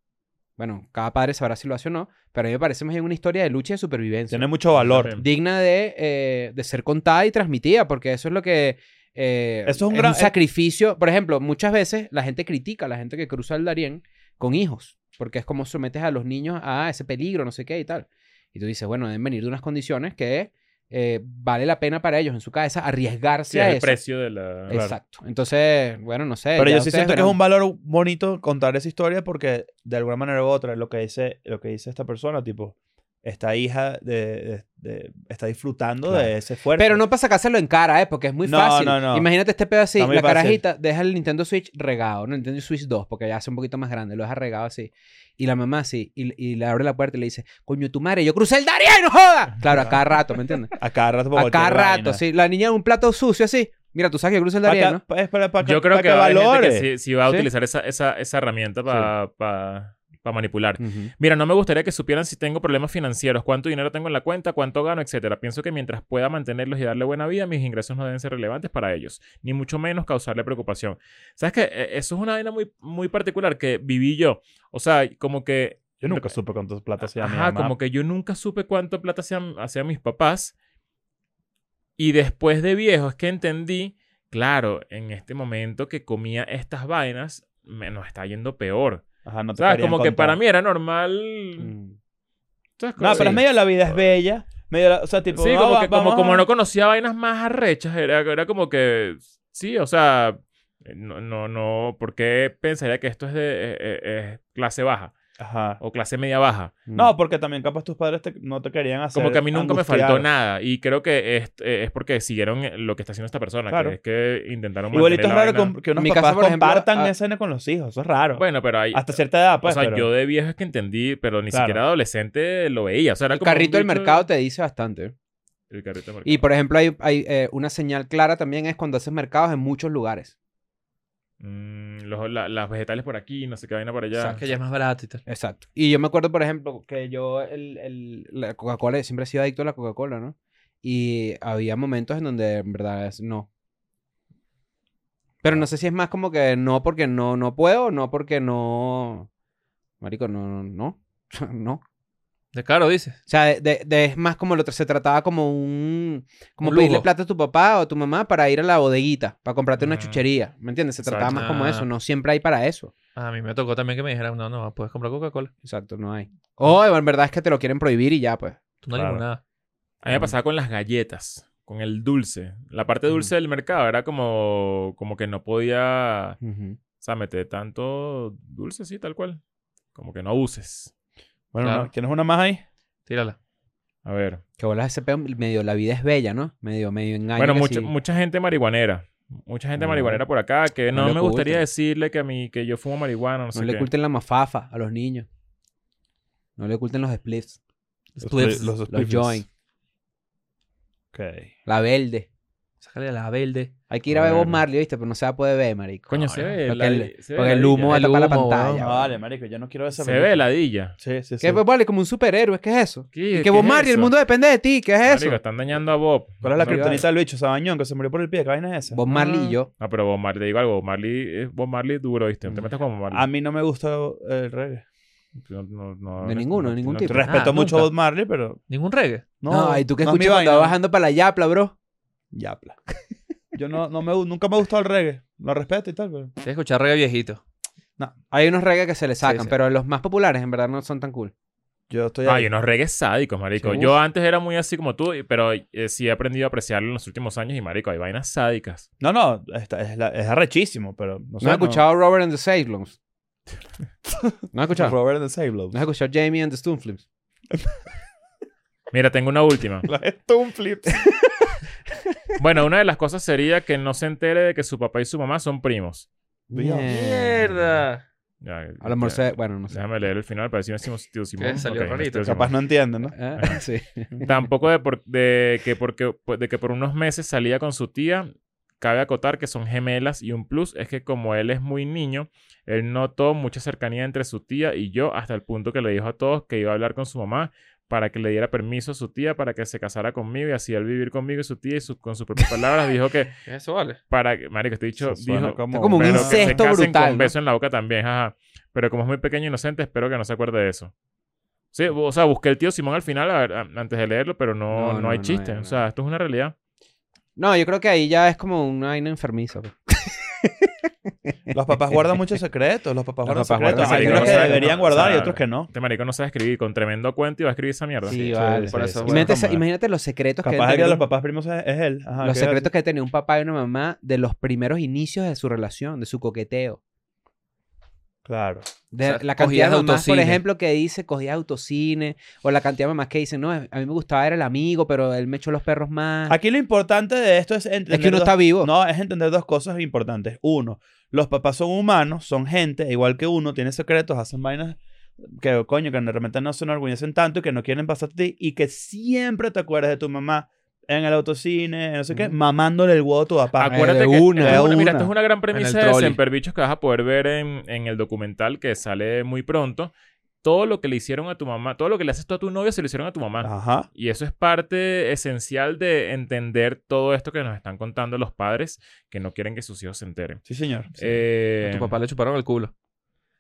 Speaker 2: bueno, cada padre sabrá si lo hace o no, pero a mí me parece más bien una historia de lucha y de supervivencia
Speaker 3: Tiene mucho valor.
Speaker 1: También.
Speaker 2: digna de, eh, de ser contada y transmitida, porque eso es lo que eh,
Speaker 3: Eso es un gran- e-
Speaker 2: sacrificio. Por ejemplo, muchas veces la gente critica a la gente que cruza el Darién con hijos, porque es como sometes a los niños a ese peligro, no sé qué y tal. Y tú dices, bueno, deben venir de unas condiciones que eh, vale la pena para ellos en su cabeza arriesgarse
Speaker 1: Sí,
Speaker 2: a
Speaker 1: es el
Speaker 2: eso.
Speaker 1: precio de la...
Speaker 2: Exacto. Entonces, bueno, no sé.
Speaker 3: Pero
Speaker 2: ya
Speaker 3: yo sí
Speaker 2: ustedes
Speaker 3: siento que es
Speaker 2: verán.
Speaker 3: un valor bonito contar esa historia porque de alguna manera u otra lo que dice, lo que dice esta persona, tipo, esta hija de, de- de- está disfrutando
Speaker 2: Claro.
Speaker 3: de ese esfuerzo.
Speaker 2: Pero no para sacárselo en cara, ¿eh? Porque es muy
Speaker 3: No,
Speaker 2: fácil.
Speaker 3: no, no.
Speaker 2: Imagínate este pedo así,
Speaker 3: Está muy
Speaker 2: la
Speaker 3: fácil.
Speaker 2: carajita, deja el Nintendo Switch regado, no Nintendo Switch 2, porque ya hace un poquito más grande, lo deja regado así. Y la mamá así, y, y le abre la puerta y le dice, coño, tu madre, yo crucé el Darien, no joda. Claro, a cada rato, ¿me entiendes?
Speaker 3: A cada rato. por
Speaker 2: A cada
Speaker 3: cualquier
Speaker 2: rato,
Speaker 3: vaina.
Speaker 2: sí. La niña en un plato sucio así. Mira, tú sabes que yo crucé el
Speaker 3: Pa'
Speaker 2: Darien,
Speaker 3: ca-
Speaker 2: ¿no?
Speaker 3: pa- es para- pa'
Speaker 1: Yo
Speaker 3: ca-
Speaker 1: creo
Speaker 3: pa'
Speaker 1: que va a haber gente
Speaker 3: valores.
Speaker 1: que sí, sí va a
Speaker 2: Sí.
Speaker 1: utilizar esa, esa, esa herramienta para manipular.
Speaker 2: Ujú.
Speaker 1: Mira, no me gustaría que supieran si tengo problemas financieros, cuánto dinero tengo en la cuenta, cuánto gano, etcétera. Pienso que mientras pueda mantenerlos y darle buena vida, mis ingresos no deben ser relevantes para ellos, ni mucho menos causarle preocupación. ¿Sabes qué? Eh, Eso es una vaina muy, muy particular que viví yo. O sea, como que...
Speaker 3: Yo nunca supe cuántos platos hacía mi
Speaker 1: Ajá,
Speaker 3: mamá.
Speaker 1: como que yo nunca supe cuánto plata hacían, hacían mis papás. Y después de viejo es que entendí, claro, en este momento que comía estas vainas, me nos está yendo peor.
Speaker 3: Ajá, no
Speaker 1: O
Speaker 3: te
Speaker 1: sea,
Speaker 3: querían
Speaker 1: como que
Speaker 3: contar.
Speaker 1: para mí era normal.
Speaker 2: Mm.
Speaker 1: ¿sabes?
Speaker 3: No, pero
Speaker 1: Sí.
Speaker 3: es medio la vida es bella. Medio la- o sea, tipo.
Speaker 1: Sí,
Speaker 3: ah,
Speaker 1: como
Speaker 3: va-
Speaker 1: que como,
Speaker 3: vamos a-
Speaker 1: como no conocía vainas más arrechas, era, era como que, sí, o sea, eh, no, no, no, ¿por qué pensaría que esto es de eh, eh, eh, clase baja
Speaker 3: Ajá.
Speaker 1: o clase media baja?
Speaker 3: No, porque también capaz tus padres te- no te querían hacer.
Speaker 1: Como que a mí nunca me faltó
Speaker 3: angustiar.
Speaker 1: nada. Y creo que es, eh, es porque siguieron lo que está haciendo esta persona.
Speaker 3: Claro.
Speaker 1: Que es que intentaron mantener
Speaker 3: Igualito es
Speaker 1: la
Speaker 3: raro
Speaker 1: vaina.
Speaker 3: com- que unos
Speaker 2: Mi casa,
Speaker 3: papás
Speaker 2: por ejemplo,
Speaker 3: compartan
Speaker 2: a-
Speaker 3: esa escena con los hijos. Eso es raro.
Speaker 1: Bueno, pero hay...
Speaker 3: Hasta cierta edad, pues.
Speaker 1: o sea,
Speaker 3: pero-
Speaker 1: yo de viejo es que entendí, pero ni
Speaker 3: Claro.
Speaker 1: siquiera adolescente lo veía. O sea, era
Speaker 2: El
Speaker 1: como un
Speaker 2: carrito del
Speaker 1: bicho-
Speaker 2: mercado te dice bastante.
Speaker 1: El carrito del mercado.
Speaker 2: Y por ejemplo, hay, hay, eh, una señal clara también es cuando haces mercados en muchos lugares.
Speaker 1: Mm, los- la- las vegetales por aquí, no sé qué vaina por allá.
Speaker 5: Sabes que ya es más barato y tal.
Speaker 2: Exacto. Y yo me acuerdo, por ejemplo, que yo, el, el- la Coca-Cola, siempre he sido adicto a la Coca-Cola, ¿no? Y había momentos en donde en verdad es no. Pero no sé si es más como que no porque no, no puedo, no porque no. Marico, no, no, no. no. O
Speaker 5: De caro, dices.
Speaker 2: sea, de, de- de- es más como lo tra- se trataba como un. Como
Speaker 5: Un
Speaker 2: pedirle
Speaker 5: lujo.
Speaker 2: plata a tu papá o a tu mamá para ir a la bodeguita, para comprarte una
Speaker 1: Mm.
Speaker 2: chuchería. ¿Me entiendes? Se trataba
Speaker 1: Exacto.
Speaker 2: más como eso. No siempre hay para eso.
Speaker 5: A mí me tocó también que me dijeran, no, no, puedes comprar Coca-Cola.
Speaker 2: Exacto, no
Speaker 5: Mm.
Speaker 2: hay. O en verdad es que te lo quieren prohibir y ya, pues.
Speaker 5: Tú no
Speaker 3: Claro.
Speaker 5: limonada.
Speaker 1: A mí
Speaker 2: Em.
Speaker 1: me pasaba con las galletas, con el dulce. La parte dulce del mercado era como, como que no podía,
Speaker 2: Ujú.
Speaker 1: o sea, meter tanto dulce así, tal cual. Como que no abuses.
Speaker 3: Bueno,
Speaker 5: Claro.
Speaker 3: no, ¿tienes una más ahí?
Speaker 5: Tírala.
Speaker 1: A ver.
Speaker 2: Que bolas ese peo, medio la vida es bella, ¿no? Medio, medio engaño.
Speaker 1: Bueno,
Speaker 2: que
Speaker 1: mucha,
Speaker 2: sí.
Speaker 1: mucha gente marihuanera. Mucha gente
Speaker 2: Ah.
Speaker 1: marihuanera por acá que
Speaker 2: No
Speaker 1: no,
Speaker 2: le
Speaker 1: me gustaría
Speaker 2: oculten.
Speaker 1: decirle que a mí que yo fumo marihuana, no,
Speaker 2: No
Speaker 1: sé
Speaker 2: le
Speaker 1: qué.
Speaker 2: oculten la mafafa a los niños. No le oculten los splits,
Speaker 5: Spliffs.
Speaker 3: Los,
Speaker 2: los
Speaker 3: spliffs.
Speaker 2: joints,
Speaker 3: Ok.
Speaker 2: la verde.
Speaker 5: Sácale la verde.
Speaker 2: Hay que ir a ver
Speaker 1: Verga.
Speaker 2: Bob Marley, ¿viste? Pero no se va a poder ver, marico.
Speaker 1: Coño, se
Speaker 5: no,
Speaker 1: ve.
Speaker 2: porque
Speaker 1: la-
Speaker 2: el-
Speaker 1: se ve
Speaker 2: porque el
Speaker 1: ladilla.
Speaker 2: humo
Speaker 5: El
Speaker 2: tapa la
Speaker 5: humo,
Speaker 2: pantalla.
Speaker 5: weón.
Speaker 3: No,
Speaker 2: weón.
Speaker 3: vale, marico, yo no quiero esa
Speaker 1: Se
Speaker 3: película.
Speaker 1: ve ladilla.
Speaker 3: Sí, sí, sí.
Speaker 2: Que Bob Marley como un superhéroe, ¿qué es eso?
Speaker 1: ¿Qué-
Speaker 2: Y
Speaker 1: qué
Speaker 2: que Bob
Speaker 1: es
Speaker 2: Marley, el
Speaker 1: eso?
Speaker 2: mundo depende de ti, ¿qué es
Speaker 1: Marico,
Speaker 2: eso?
Speaker 1: están dañando a Bob.
Speaker 3: ¿Cuál es la
Speaker 1: No,
Speaker 3: criptonita de Lucho Sabañón que se murió por el pie? ¿Qué vaina es esa?
Speaker 2: Bob Marley y yo.
Speaker 1: No, pero Bob Marley, te digo algo. Bob Marley, es- Bob Marley es duro, ¿viste? No te metas con Bob Marley.
Speaker 3: A mí no me gusta el reggae.
Speaker 1: No- no- no-
Speaker 2: De
Speaker 1: no-
Speaker 2: ninguno, de
Speaker 1: no-
Speaker 2: ningún
Speaker 1: no-
Speaker 2: tipo.
Speaker 1: no-
Speaker 3: Respeto
Speaker 5: Ah,
Speaker 3: mucho a
Speaker 5: nunca.
Speaker 3: Bob Marley, pero
Speaker 5: Ningún reggae.
Speaker 3: no.
Speaker 2: Ay, ¿tú qué
Speaker 3: no es mi
Speaker 2: escuchas cuando
Speaker 3: vaina.
Speaker 2: vas bajando para la yapla, bro?
Speaker 3: Yapla. Yo no, no me, gu- nunca me ha gustado el reggae. Lo respeto y tal, pero.
Speaker 5: Tienes que escuchar reggae viejito.
Speaker 2: Hay unos reggae que se le sacan,
Speaker 5: sí.
Speaker 2: pero los más populares en verdad no son tan cool.
Speaker 3: Yo estoy
Speaker 1: Ah,
Speaker 3: ahí.
Speaker 1: y unos reggae sádicos, marico.
Speaker 2: Sí,
Speaker 1: Yo antes era muy así como tú, y- pero eh, sí he aprendido a apreciarlo en los últimos años y, marico, hay vainas sádicas.
Speaker 3: No, no, está- es, la- es arrechísimo, pero no sé.
Speaker 2: ¿No has escuchado Robert and the Sailons? ¿No has escuchado?
Speaker 3: Robert and the Sailors.
Speaker 2: ¿No has escuchado Jamie and the Stunflips?
Speaker 1: Mira, tengo una última.
Speaker 3: Los Stunflips.
Speaker 1: Bueno, una de las cosas sería que no se entere de que su papá y su mamá son primos.
Speaker 3: Mierda.
Speaker 5: ¡Mierda!
Speaker 1: Ya,
Speaker 2: A lo mejor
Speaker 1: ya,
Speaker 2: se... Bueno, no sé.
Speaker 1: Déjame leer el final para decir un Simón- tío Simón.
Speaker 5: Que salió
Speaker 1: Ok,
Speaker 5: rarito.
Speaker 1: tío Simón.
Speaker 3: Capaz no entienden, ¿no?
Speaker 2: Ah, sí.
Speaker 1: Tampoco de, por- de que porque, pues, de que por unos meses salía con su tía. Cabe acotar que son gemelas y un plus es que como él es muy niño, él notó mucha cercanía entre su tía y yo hasta el punto que le dijo a todos que iba a hablar con su mamá para que le diera permiso a su tía para que se casara conmigo y así al vivir conmigo y su tía y su- con sus propias palabras dijo que
Speaker 5: Eh, Eso vale.
Speaker 1: para que, marico, este dicho
Speaker 3: Eso suena
Speaker 1: dijo
Speaker 2: Está como un
Speaker 1: pero que se
Speaker 2: incesto
Speaker 1: casen
Speaker 2: brutal,
Speaker 1: con
Speaker 2: ¿no?
Speaker 1: beso en la boca también, ajá. Pero como es muy pequeño e inocente, espero que no se acuerde de eso. Sí, o sea, busqué el tío Simón al final a ver, a- antes de leerlo, pero no,
Speaker 2: No,
Speaker 1: no,
Speaker 2: no,
Speaker 1: hay
Speaker 2: no
Speaker 1: chiste.
Speaker 2: hay, no
Speaker 1: O sea, esto es una realidad.
Speaker 2: No, yo creo que ahí ya es como una vaina enfermiza. pues.
Speaker 3: Los papás guardan muchos secretos. Los
Speaker 2: Los
Speaker 3: papás guardan
Speaker 2: papás
Speaker 3: secretos.
Speaker 1: guardan
Speaker 3: Hay
Speaker 1: secretos.
Speaker 3: unos que
Speaker 1: Claro.
Speaker 3: deberían guardar y
Speaker 1: Claro.
Speaker 3: otros que no.
Speaker 1: Este marico no sabe escribir con tremendo cuento y va a escribir esa mierda.
Speaker 2: Sí,
Speaker 1: Sí.
Speaker 2: vale.
Speaker 5: por eso,
Speaker 2: imagínate,
Speaker 3: bueno,
Speaker 2: esa- imagínate los secretos que
Speaker 3: Capaz el
Speaker 2: debe
Speaker 3: que de
Speaker 2: tener
Speaker 3: los
Speaker 2: un-
Speaker 3: papás primos es, es él. Ajá,
Speaker 2: los
Speaker 3: ¿qué iba a
Speaker 2: secretos que tenía un papá y una mamá de los primeros inicios de su relación, de su coqueteo.
Speaker 3: decir? Claro.
Speaker 2: De
Speaker 5: O sea,
Speaker 2: la cantidad
Speaker 5: cogidas
Speaker 2: de
Speaker 5: de
Speaker 2: mamás, por
Speaker 5: autocine.
Speaker 2: ejemplo, que dice cogía autocine, o la cantidad de mamás que dicen, no, a mí me gustaba era el amigo, pero él me echó los perros más.
Speaker 3: Aquí lo importante de esto es entender.
Speaker 2: es que uno
Speaker 3: dos-
Speaker 2: está vivo.
Speaker 3: No, es entender dos cosas importantes. Uno, los papás son humanos, son gente, igual que uno, tiene secretos, hacen vainas que, coño, que de repente no se enorgullecen tanto y que no quieren pasar a ti y que siempre te acuerdas de tu mamá en el autocine, no sé qué, mamándole el huevo a tu papá.
Speaker 1: Acuérdate
Speaker 2: de
Speaker 1: que
Speaker 2: una,
Speaker 1: esto es
Speaker 3: de
Speaker 1: una- mira,
Speaker 3: una.
Speaker 1: esto es una gran premisa de
Speaker 5: trolley.
Speaker 1: Semperbichos que vas a poder ver en, en el documental que sale muy pronto. Todo lo que le hicieron a tu mamá, todo lo que le haces tú a tu novio se lo hicieron a tu mamá.
Speaker 3: Ajá.
Speaker 1: Y eso es parte esencial de entender todo esto que nos están contando los padres que no quieren que sus hijos se enteren.
Speaker 3: Sí, señor.
Speaker 1: Eh,
Speaker 5: A tu papá le chuparon el culo.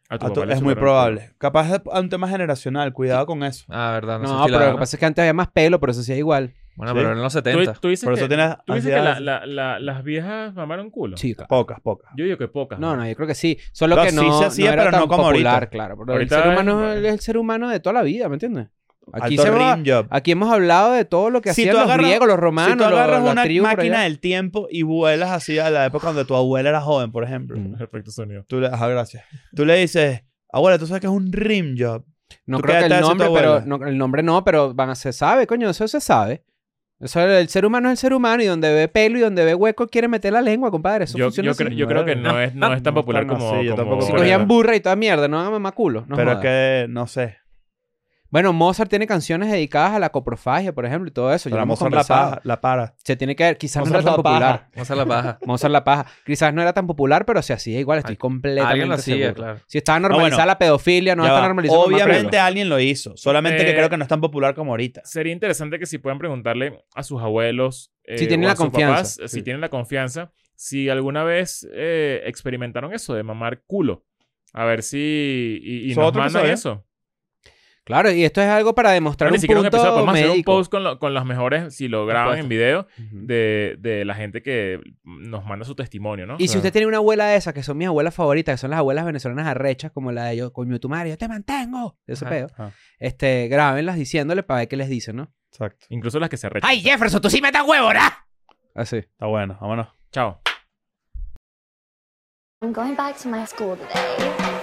Speaker 1: a tu
Speaker 3: A tu-
Speaker 1: papá le
Speaker 3: es muy
Speaker 1: superaron
Speaker 3: probable. Capaz es un tema generacional, cuidado con eso.
Speaker 5: Ah, verdad. No,
Speaker 2: No,
Speaker 5: sé si la
Speaker 2: pero lo
Speaker 5: gana.
Speaker 2: que pasa es que antes había más pelo, pero eso sí es igual.
Speaker 5: Bueno,
Speaker 3: Sí.
Speaker 5: pero en los
Speaker 1: el culo.
Speaker 5: 70.
Speaker 1: Tú, tú dices
Speaker 3: Por
Speaker 1: que,
Speaker 3: eso tienes
Speaker 1: tú dices que
Speaker 3: ansiedad-
Speaker 1: la- la- la- las viejas mamaron culo.
Speaker 2: Sí, claro.
Speaker 3: pocas, pocas.
Speaker 1: Yo digo que pocas.
Speaker 2: No, no, yo creo que sí. Solo
Speaker 3: Ah. No,
Speaker 2: que
Speaker 3: sí
Speaker 2: no,
Speaker 3: se
Speaker 2: no
Speaker 3: hacía,
Speaker 2: era
Speaker 3: pero
Speaker 2: tan
Speaker 3: no como
Speaker 2: popular,
Speaker 3: ahorita.
Speaker 2: claro. Pero
Speaker 1: Ahorita
Speaker 2: el ser
Speaker 1: es-
Speaker 2: humano es el ser humano de toda la vida, ¿me entiendes? Aquí
Speaker 3: Alto
Speaker 2: se va,
Speaker 3: rim job.
Speaker 2: Aquí hemos hablado de todo lo que
Speaker 3: Si
Speaker 2: hacían
Speaker 3: tú
Speaker 2: los
Speaker 3: agarras-
Speaker 2: griegos, los
Speaker 3: Si tú
Speaker 2: romanos,
Speaker 3: agarras
Speaker 2: los,
Speaker 3: una
Speaker 2: la tribu por
Speaker 3: máquina
Speaker 2: allá.
Speaker 3: del tiempo y vuelas así a la época donde tu abuela era joven, por ejemplo.
Speaker 2: Mm.
Speaker 1: Perfecto sonido.
Speaker 3: Tú le, ajá, gracias. Tú le dices, abuela, tú sabes que es un rim job.
Speaker 2: No
Speaker 3: ¿Tú
Speaker 2: creo que
Speaker 3: qué edad
Speaker 2: el
Speaker 3: te hace tu
Speaker 2: nombre, pero
Speaker 3: abuela?
Speaker 2: no, el nombre no, pero van a se sabe, coño, eso se sabe. Eso, el ser humano es el ser humano y donde ve pelo y donde ve hueco quiere meter la lengua, compadre. Eso
Speaker 1: Yo,
Speaker 2: funciona
Speaker 1: yo
Speaker 2: así.
Speaker 1: creo- yo creo que no es, no es tan
Speaker 3: No
Speaker 1: popular
Speaker 3: tan
Speaker 1: como.
Speaker 3: así, yo
Speaker 1: como-
Speaker 3: tampoco
Speaker 2: Si
Speaker 3: creo.
Speaker 2: cogían burra y toda mierda, no hagan mamaculo. No
Speaker 3: pero
Speaker 2: jodan.
Speaker 3: que, no sé.
Speaker 2: Bueno, Mozart tiene canciones dedicadas a la coprofagia, por ejemplo, y todo eso. Ya
Speaker 3: la
Speaker 2: lo hemos
Speaker 3: moza la,
Speaker 2: conversado.
Speaker 3: paja- la para.
Speaker 2: Se tiene que ver, quizás
Speaker 3: Mozart
Speaker 2: no era tan
Speaker 3: la paja.
Speaker 2: popular.
Speaker 5: Vamos a la paja.
Speaker 2: Mozart la paja. Quizás no era tan popular, pero se hacía igual, estoy
Speaker 5: Al-
Speaker 2: completamente
Speaker 5: Alguien lo hacía,
Speaker 2: seguro.
Speaker 5: claro.
Speaker 2: Si estaba normalizada
Speaker 3: bueno.
Speaker 2: la pedofilia, no
Speaker 3: Ya
Speaker 2: está pues,
Speaker 3: va.
Speaker 2: normalizada la
Speaker 3: Obviamente alguien lo hizo. Solamente que
Speaker 1: Eh,
Speaker 3: creo que no es tan popular como ahorita.
Speaker 1: Sería interesante que si puedan preguntarle a sus abuelos. eh,
Speaker 2: Si tienen
Speaker 1: o a
Speaker 2: la
Speaker 1: sus
Speaker 2: confianza,
Speaker 1: papás, eh, Si
Speaker 2: sí.
Speaker 1: tienen la confianza. Si alguna vez eh, experimentaron eso de mamar culo. A ver si. Y, y
Speaker 3: Eso
Speaker 1: nos
Speaker 3: otro que
Speaker 1: mandan
Speaker 3: sabía.
Speaker 1: eso.
Speaker 2: Claro, y esto es algo para demostrar
Speaker 1: ni
Speaker 2: un
Speaker 1: siquiera un
Speaker 2: punto
Speaker 1: episodio. Podemos hacer un
Speaker 2: médico.
Speaker 1: post con, lo- con las mejores, si lo graban en
Speaker 5: Supuesto.
Speaker 1: video,
Speaker 2: Ujú.
Speaker 1: de, de la gente que nos manda su testimonio, ¿no?
Speaker 2: Y si
Speaker 1: Claro.
Speaker 2: usted tiene una abuela de esas, que son mis abuelas favoritas, que son las abuelas venezolanas arrechas, como la de yo, coño tu madre, yo te mantengo, de ese
Speaker 5: Ajá,
Speaker 2: pedo,
Speaker 3: ajá.
Speaker 2: este, grábenlas diciéndole para ver qué les dicen, ¿no?
Speaker 3: Exacto.
Speaker 1: Incluso las que se rechazan.
Speaker 6: ¡Ay, Jefferson, tú sí me das huevo, ¿verdad?
Speaker 2: Así.
Speaker 3: Está bueno, vámonos.
Speaker 1: Chao.
Speaker 7: I'm going back to my school today.